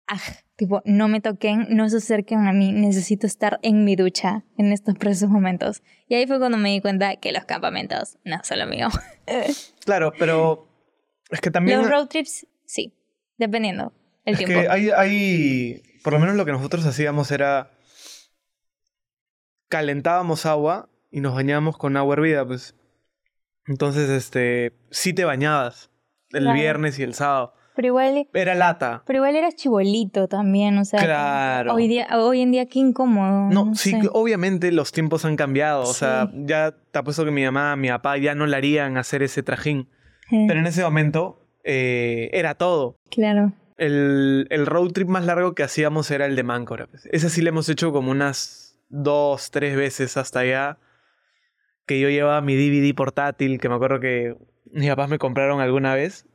aj, tipo, no me toquen, no se acerquen a mí, necesito estar en mi ducha en estos precisos momentos. Y ahí fue cuando me di cuenta que los campamentos no son lo mío.
Claro, pero es que también...
Los road trips, sí, dependiendo el
Es
tiempo.
que hay, hay- Por lo menos lo que nosotros hacíamos era. Calentábamos agua y nos bañábamos con agua hervida, pues. Entonces, este. Sí te bañabas. El
Claro.
viernes y el sábado.
Pero igual,
Era lata.
pero igual eras chibolito también, o sea.
Claro.
Hoy, día, hoy en día qué incómodo.
No, sí,
sé.
que obviamente los tiempos han cambiado. O sea, ya te apuesto que mi mamá, mi papá ya no le harían hacer ese trajín.
Eh,
Pero en ese momento eh, era todo.
Claro.
El, el road trip más largo que hacíamos era el de Máncora. pues. Ese sí le hemos hecho como unas dos, tres veces hasta allá. Que yo llevaba mi DVD portátil, que me acuerdo que mis papás me compraron alguna vez.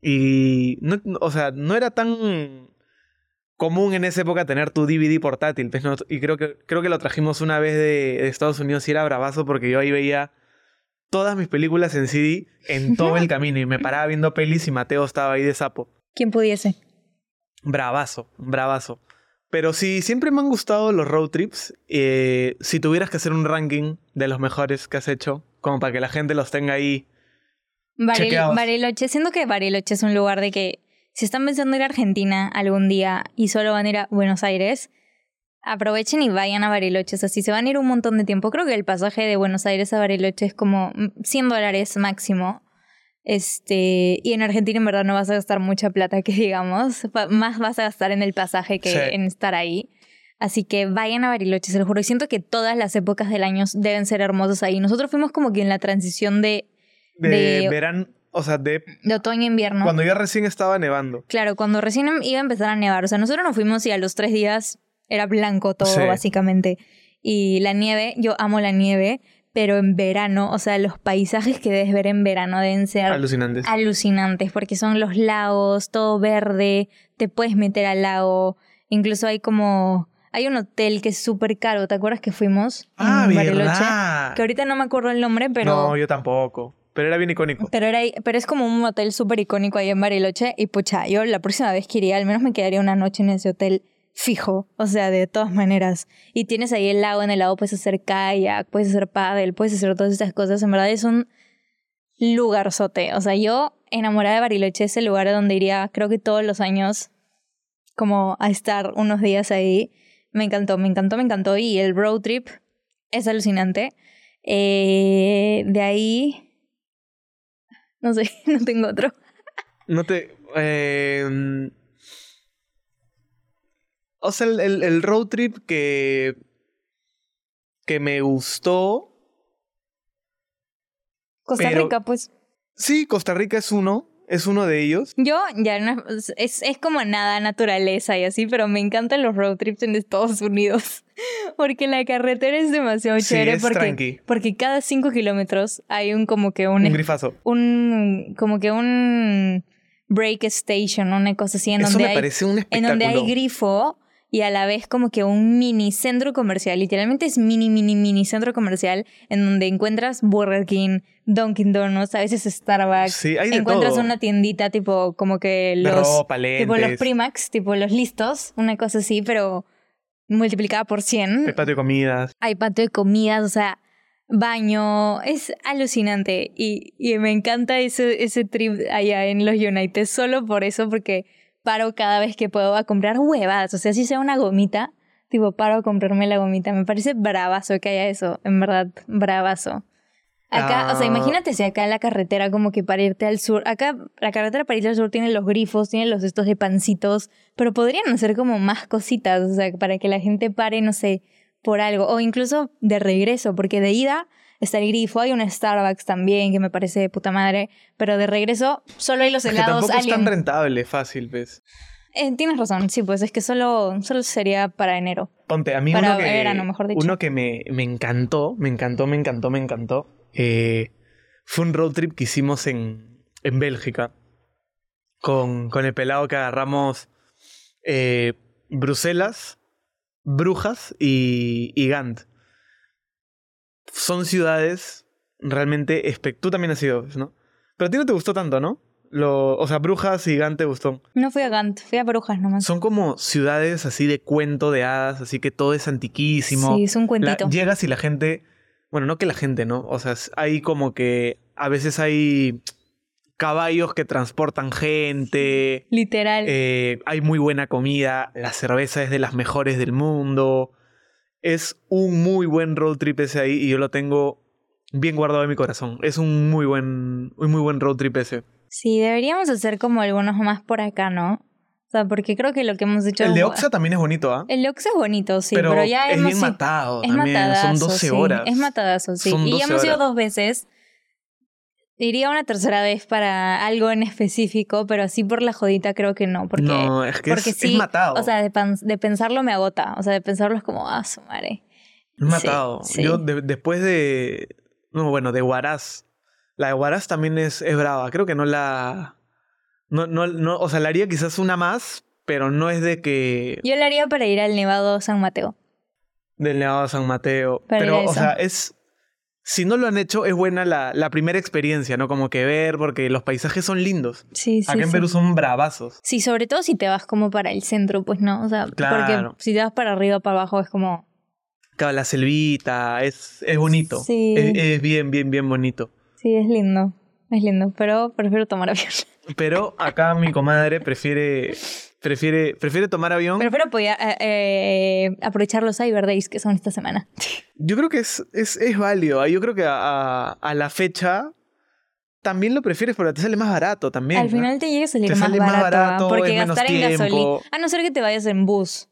Y, no, o sea, no era tan común en esa época tener tu DVD portátil. pues, ¿no? Y creo que, creo que lo trajimos una vez de, de Estados Unidos y era bravazo porque yo ahí veía todas mis películas en CD en todo el camino. Y me paraba viendo pelis y Mateo estaba ahí de sapo.
Quien pudiese.
Bravazo, bravazo. Pero sí, siempre me han gustado los road trips. Eh, si tuvieras que hacer un ranking de los mejores que has hecho, como para que la gente los tenga ahí.
Baril-
Chequeados.
Bariloche, siento que Bariloche es un lugar de que si están pensando ir a Argentina algún día y solo van a ir a Buenos Aires, aprovechen y vayan a Bariloche. O sea, si se van a ir un montón de tiempo, creo que el pasaje de Buenos Aires a Bariloche es como mm, 100 dólares máximo. Este, y en Argentina en verdad no vas a gastar mucha plata, que digamos, Pa- más vas a gastar en el pasaje que
Sí.
en estar ahí. Así que vayan a Bariloche, se lo juro. Y siento que todas las épocas del año deben ser hermosas ahí. Nosotros fuimos como que en la transición de
De,
De-
verano, o sea, de
de otoño a invierno.
cuando yo recién estaba nevando.
Claro, cuando recién em- iba a empezar a nevar. O sea, nosotros nos fuimos y a los tres días era blanco todo,
Sí.
básicamente. Y la nieve, yo amo la nieve, pero en verano, o sea, los paisajes que debes ver en verano deben ser Ah,
Alucinantes.
alucinantes, porque son los lagos, todo verde, te puedes meter al lago. Incluso hay como. Hay un hotel que es súper caro, ¿te acuerdas que fuimos?
Ah,
en Bariloche?
verdad.
Que ahorita no me acuerdo el nombre, pero.
No, yo tampoco. Pero era bien icónico.
Pero, era, pero es como un hotel súper icónico ahí en Bariloche. Y pucha, yo la próxima vez que iría, al menos me quedaría una noche en ese hotel fijo. O sea, de todas maneras. Y tienes ahí el lago, en el lago puedes hacer kayak, puedes hacer paddle, puedes hacer todas estas cosas. En verdad es un lugarzote. O sea, yo enamorada de Bariloche es el lugar a donde iría, creo que todos los años, como a estar unos días ahí. Me encantó, me encantó, me encantó. Y el road trip es alucinante. Eh, de ahí, no sé, no tengo otro.
No te. eh, o sea, el, el- el road trip que. que me gustó.
Costa
Pero-
Rica, pues.
Sí, Costa Rica es uno, es uno de ellos.
Yo ya no es, es como nada naturaleza y así, pero me encantan los road trips en Estados Unidos. Porque la carretera es demasiado
Sí,
chévere.
es
porque,
tranqui.
porque cada cinco kilómetros hay un como que un,
Un grifazo.
un como que un break station, una cosa así en
Eso
donde
me
hay
parece un
en
espectáculo.
donde hay grifo y a la vez como que un mini centro comercial, literalmente es mini, mini, mini centro comercial en donde encuentras Burger King, Dunkin' Donuts, a veces Starbucks,
Sí, Pues, hay de
encuentras
todo.
una tiendita tipo como que
De
los,
ropa,
tipo los
lentes,
Primax, tipo los listos, una cosa así, pero multiplicada por 100.
el patio de comidas.
Hay patio de comidas, o sea, baño, es alucinante. Y, y me encanta ese, ese trip allá en los United, solo por eso, porque paro cada vez que puedo a comprar huevadas, o sea, si sea una gomita, tipo, paro a comprarme la gomita. Me parece bravazo que haya eso, en verdad, bravazo. Acá, o sea,
Ah.
imagínate si acá en la carretera como que para irte al sur, acá la carretera para irte al sur tiene los grifos, tiene los estos de pancitos, pero podrían hacer como más cositas, o sea, para que la gente pare, no sé, por algo, o incluso de regreso, porque de ida está el grifo, hay un Starbucks también que me parece de puta madre, pero de regreso solo hay los
Es que
helados
tampoco es tan
Alien.
rentable, fácil, ¿ves?
Eh, tienes razón, sí, pues es que solo, solo sería para enero.
Ponte, a mí
Para
uno que,
verano, mejor dicho.
uno que me, me encantó, me encantó, me encantó, me encantó. eh, fue un road trip que hicimos en, en Bélgica. con, con el pelado que agarramos eh, Bruselas, Brujas y, y Gant. Son ciudades realmente espect... Tú también has ido, ¿no? Pero a ti no te gustó tanto, ¿no? Lo, o sea, Brujas y Gant te gustó.
No fui a Gant, fui a Brujas nomás.
Son como ciudades así de cuento de hadas, así que todo es antiquísimo.
Sí, es un cuentito.
La- llegas y la gente, bueno, no que la gente, ¿no? O sea, es- hay como que a veces hay caballos que transportan gente,
Literal.
eh, hay muy buena comida, la cerveza es de las mejores del mundo. Es un muy buen road trip ese ahí y yo lo tengo bien guardado en mi corazón. Es un muy buen, un muy buen road trip ese.
Sí, deberíamos hacer como algunos más por acá, ¿no? O sea, porque creo que lo que hemos dicho...
El de Oxa también es bonito, ¿ah?
El de Oxa es bonito, sí, pero, ya
es
hemos...
bien
ido-
matado
es
también. Son
matadazo,
12
sí,
horas.
Es matadazo, sí.
Son
Y
12
hemos ido
horas.
dos veces. Iría una tercera vez para algo en específico, pero así por la jodita creo que no, porque...
no, es que es,
porque
es
sí,
matado.
O sea, de, pan- de pensarlo me agota. O sea, de pensarlo es como, ah, su madre.
es matado.
sí.
Yo de- después de. No, bueno, de Huaraz. La de Huaraz también es, es brava. Creo que no la. No, no, no, o sea, la haría quizás una más, pero no es de que.
Yo lo haría para ir al Nevado San Mateo.
Del Nevado San Mateo.
Para
Pero,
ir a
o
eso.
sea, es. Si no lo han hecho, es buena la, la primera experiencia, ¿no? Como que ver, porque los paisajes son lindos.
Sí, sí.
Acá en
sí.
Perú son bravazos.
Sí, sobre todo si te vas como para el centro, pues no. O sea,
Claro.
porque si te vas para arriba, para abajo, es como.
Claro, la selvita, es, es bonito.
Sí.
Es, es bien, bien, bien bonito.
Sí, es lindo. Es lindo. Pero prefiero tomar avión.
Pero acá mi comadre prefiere, prefiere, prefiere tomar avión.
Prefiero apoyar- eh, eh, aprovechar los Cyber Days que son esta semana.
Yo creo que es, es, es válido. ah, Yo creo que a, a- a la fecha también lo prefieres porque te sale más barato también.
Al
¿no?
final te llega a salir
Te
más
sale
barato,
más
¿ah?
barato,
porque
es menos
gastar en gasolina.
tiempo.
A no ser que te vayas en bus.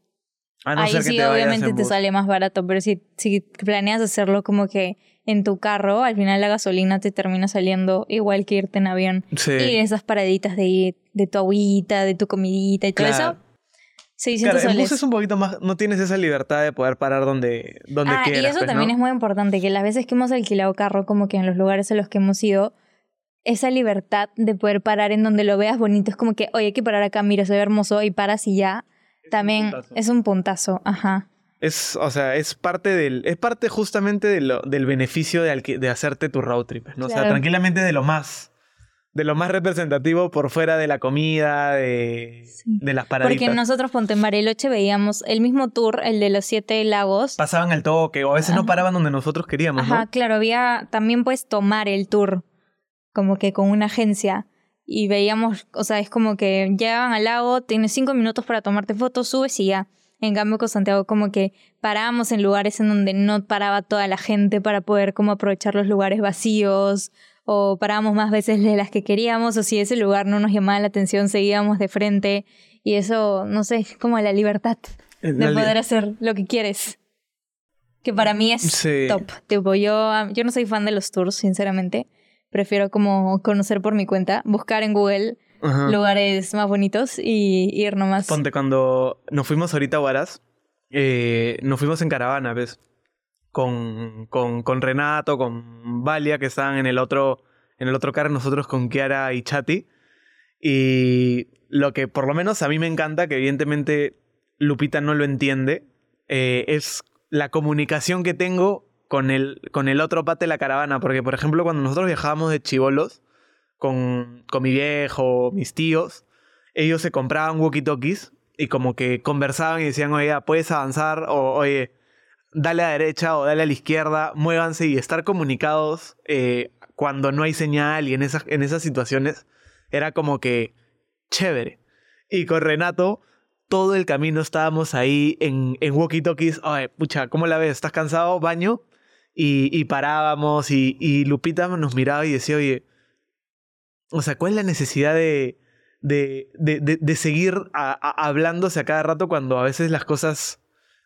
A no
Ahí
ser que
sí,
te vayas
obviamente
en
te
bus.
sale más barato, pero si, si planeas hacerlo como que en tu carro, al final la gasolina te termina saliendo igual que irte en avión.
Sí.
Y esas paraditas de, de tu agüita, de tu comidita y todo
Claro.
eso, 600
Claro, el
soles.
bus es un poquito más, no tienes esa libertad de poder parar donde, donde
ah,
quieras.
y eso
pues,
también
¿no?
es muy importante, que las veces que hemos alquilado carro, como que en los lugares a los que hemos ido, esa libertad de poder parar en donde lo veas bonito, es como que, oye, hay que parar acá, mira, soy hermoso, y paras y ya. También
puntazo.
es un puntazo, ajá.
Es, o sea, es parte del, es parte justamente de lo- del beneficio de, alqui- de hacerte tu road trip, ¿no? O sea,
Claro.
tranquilamente de lo más, de lo más representativo por fuera de la comida, de,
Sí.
de las
Porque
paraditas.
nosotros, ponte en Bariloche, veíamos el mismo tour, el de los siete lagos.
Pasaban al toque, o a veces no
Ajá.
paraban donde nosotros queríamos,
Ajá,
¿no?
claro, había también puedes tomar el tour, como que con una agencia. Y veíamos, o sea, es como que llegaban al lago, tienes cinco minutos para tomarte fotos, subes y ya. En cambio, con Santiago, como que parábamos en lugares en donde no paraba toda la gente para poder como aprovechar los lugares vacíos. O parábamos más veces de las que queríamos, o si ese lugar no nos llamaba la atención, seguíamos de frente. Y eso, no sé, es como la libertad
En
de
realidad-
poder hacer lo que quieres. Que para mí es
Sí.
top. Tipo, yo, yo no soy fan de los tours, sinceramente. Prefiero como conocer por mi cuenta, buscar en Google
Ajá.
lugares más bonitos y ir nomás.
Ponte, cuando nos fuimos ahorita a Huaraz, eh, nos fuimos en caravana, ¿ves? Con, con, con Renato, con Valia, que estaban en el otro, en el otro carro, nosotros con Kiara y Chati. Y lo que por lo menos a mí me encanta, que evidentemente Lupita no lo entiende, eh, es la comunicación que tengo con el, con el otro pate de la caravana. Porque, por ejemplo, cuando nosotros viajábamos de chivolos con, con mi viejo, mis tíos, ellos se compraban walkie-talkies y como que conversaban y decían, oye, puedes avanzar o oye, dale a la derecha o dale a la izquierda, muévanse y estar comunicados eh, cuando no hay señal y en esas, en esas situaciones era como que chévere. Y con Renato, todo el camino estábamos ahí en, en walkie-talkies, oye, pucha, ¿cómo la ves? ¿Estás cansado? Baño. Y, y parábamos y, y Lupita nos miraba y decía, oye, o sea, ¿cuál es la necesidad de, de, de- de- de seguir a- a- hablándose a cada rato cuando a veces las cosas.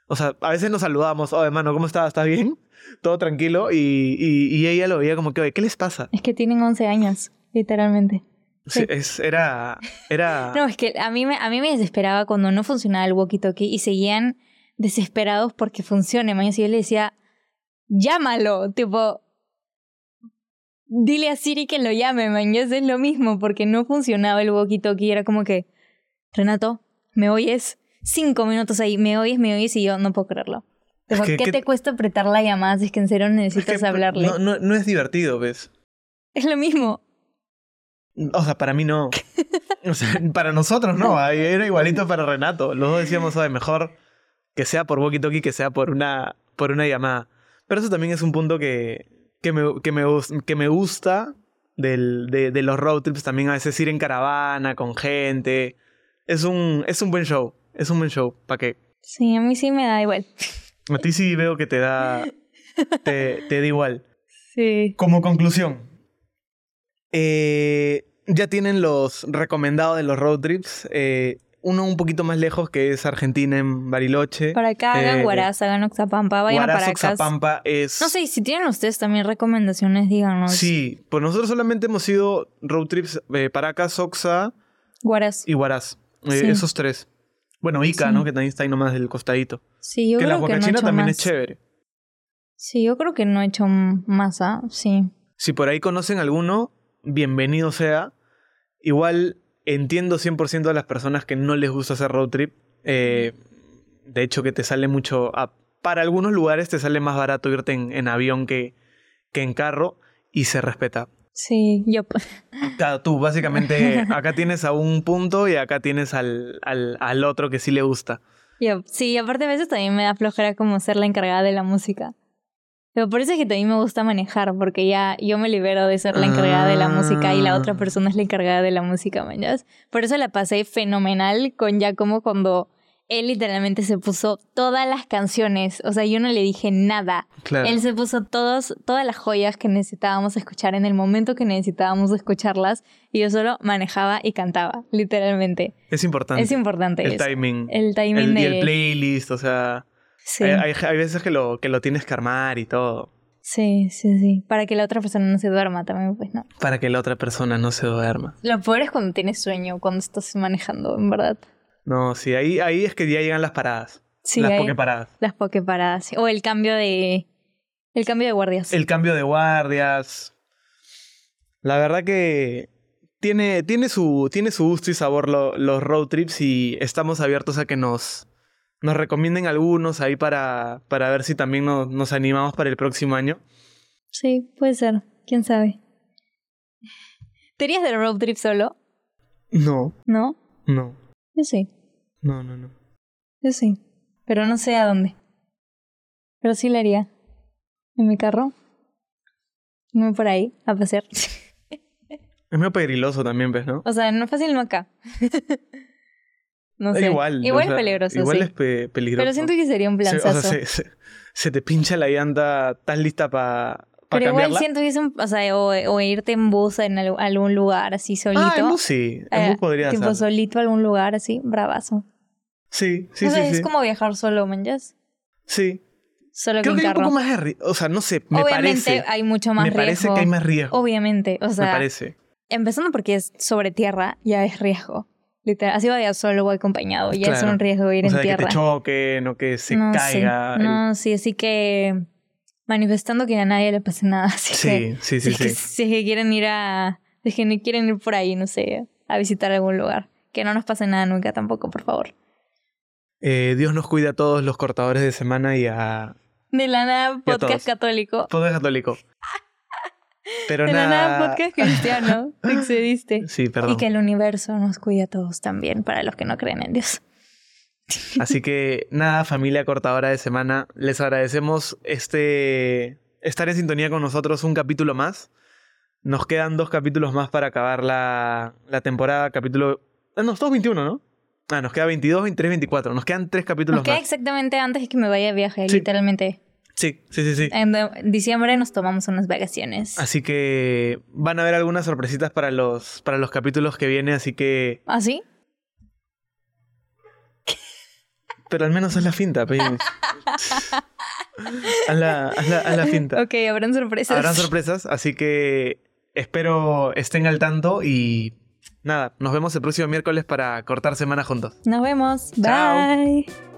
O sea, a veces nos saludamos, oh, hermano, ¿cómo estás? ¿Estás bien? Todo tranquilo. Y, y- y ella lo veía como que, oye, ¿qué les pasa?
Es que tienen 11 años, literalmente.
Sí, es- era. era
No, es que a mí, me, a mí me desesperaba cuando no funcionaba el walkie-talkie y seguían desesperados porque funcione. mañana. Si yo le decía, llámalo, tipo, dile a Siri que lo llame, man. Yo es lo mismo, porque no funcionaba el walkie-talkie. Era como que, Renato, ¿me oyes? Cinco minutos ahí, ¿me oyes? ¿Me oyes? Y yo no puedo creerlo. Tipo,
Es que-
¿Qué
que-
te cuesta apretar la llamada si es que pues, en serio necesitas
Es que pues,
hablarle?
No, no, no es divertido, ¿ves?
Es lo mismo.
O sea, para mí no. O sea, para nosotros no. ahí Era igualito para Renato. Los dos decíamos, "Ay, mejor que sea por walkie-talkie que sea por una, por una llamada. Pero eso también es un punto que, que, me, que, me, gus- que me gusta del, de, de los road trips. También a veces ir en caravana, con gente. Es un, es un buen show. Es un buen show. ¿Para qué?
Sí, a mí sí me da igual.
A ti sí veo que te da... Te, te da igual.
Sí.
Como conclusión, eh, ya tienen los recomendados de los road trips. eh, uno un poquito más lejos que es Argentina en Bariloche.
Para acá hagan
Eh,
Guaraz, hagan Oxapampa, vayan
Huaraz,
a Paracas.
Oxapampa es.
No sé, y si tienen ustedes también recomendaciones, díganos.
Sí, pues nosotros solamente hemos ido road trips eh, Paracas, Oxa
Guaraz.
y Huaraz. eh,
Sí.
Esos tres. Bueno, Ica,
Sí.
¿no? Que también está ahí nomás del costadito.
Sí, yo
que la
creo que no he
Huacachina
hecho
también
más.
es chévere.
Sí, yo creo que no he hecho m- más, ¿ah? Sí.
Si por ahí conocen alguno, bienvenido sea. Igual entiendo 100% a las personas que no les gusta hacer road trip. Eh, de hecho, que te sale mucho. a- para algunos lugares te sale más barato irte en, en avión que, que en carro y se respeta.
Sí, yo.
Claro, tú básicamente acá tienes a un punto y acá tienes al, al- al otro que sí le gusta.
yo sí, y aparte a veces también me da flojera como ser la encargada de la música. Pero por eso es que también me gusta manejar, porque ya yo me libero de ser la encargada de la música y la otra
Ah.
persona es la encargada de la música, mañas. Por eso la pasé fenomenal con ya como cuando él literalmente se puso todas las canciones. O sea, yo no le dije nada.
Claro.
Él se puso todos, todas las joyas que necesitábamos escuchar en el momento que necesitábamos escucharlas y yo solo manejaba y cantaba, literalmente.
es importante.
es importante
el
eso.
timing.
El timing
El-
de...
y el playlist, o sea.
sí,
Hay, hay- hay veces que lo, que lo tienes que armar y todo.
sí, sí, sí. Para que la otra persona no se duerma también, pues no.
Para que la otra persona no se duerma.
Lo peor es cuando tienes sueño, cuando estás manejando, en verdad.
No, sí, ahí, ahí es que ya llegan las paradas.
Sí,
las
hay
pokeparadas.
las pokeparadas. sí. O el cambio de... El cambio de guardias.
El cambio de guardias. La verdad que tiene, tiene, su, tiene su gusto y sabor lo- los road trips y estamos abiertos a que nos, nos recomienden algunos ahí para, para ver si también nos, nos animamos para el próximo año.
Sí, puede ser. ¿Quién sabe? ¿Te irías del road trip solo?
No,
¿No?
no,
Yo sí.
no, no, no.
Yo sí, pero no sé a dónde. Pero sí lo haría. En mi carro. No por ahí, a pasear.
Es medio peligroso también, ¿ves, no?
o sea, no es fácil, no acá. no
Da
sé.
Igual.
Igual
o
es
sea,
peligroso,
Igual
sí.
es pe- peligroso.
Pero siento que sería un
Se- o
planzazo.
sea, se, se- se te pincha la llanta, estás lista para
pero igual
cambiarla.
siento que es un... O sea, o, o irte en bus en al- algún lugar así solito.
Ah, en bus sí, en
Eh,
bus podría
tipo
ser.
solito a algún lugar así, bravazo.
Sí, sí,
o sea,
sí,
es
sí.
como viajar solo, man, ¿ya?
Sí.
Solo
Creo
que
que
en
hay un
carro.
poco más de ri- o sea, no sé, me
Obviamente
parece,
hay mucho más
me
riesgo.
parece que hay más riesgo,
Obviamente, o
me
sea,
parece.
Empezando porque es sobre tierra, ya es riesgo. Literal, así vaya solo o acompañado, ya es
Claro.
un riesgo ir
O sea,
en
de que
tierra.
te choquen o que se
no,
caiga.
Sí.
el-
No, sí, así que manifestando que a nadie le pase nada. Así que, si
sí, sí, sí,
es que,
sí.
si es que quieren ir a. si es que no quieren ir por ahí, no sé, a visitar algún lugar. Que no nos pase nada nunca tampoco, por favor.
Eh, Dios nos cuida a todos los cortadores de semana y a
De la nada,
Y a
podcast
todos.
católico.
todo es católico. Pero
De la nada,
nada.
podcast cristiano. Te excediste.
Sí,
Y
perdón.
que el universo nos cuide a todos también, para los que no creen en Dios.
Así que nada, familia cortadora de semana, les agradecemos este estar en sintonía con nosotros un capítulo más. Nos quedan dos capítulos más para acabar la, la temporada, capítulo... Ah, no, todos 21, ¿no? Ah, nos queda 22, 23, 24. Nos quedan tres capítulos
Nos queda
más.
exactamente antes de que me vaya de viaje,
Sí.
literalmente.
Sí, sí, sí, sí.
En de- diciembre nos tomamos unas vacaciones.
Así que van a haber algunas sorpresitas para los, para los capítulos que vienen, así que...
¿Ah, sí?
Pero al menos haz la finta, Peña. haz, la, haz la- haz la finta.
Ok, habrán sorpresas.
Habrán sorpresas, así que espero estén al tanto y nada, nos vemos el próximo miércoles para cortar semana juntos.
Nos vemos.
Chao.
Bye.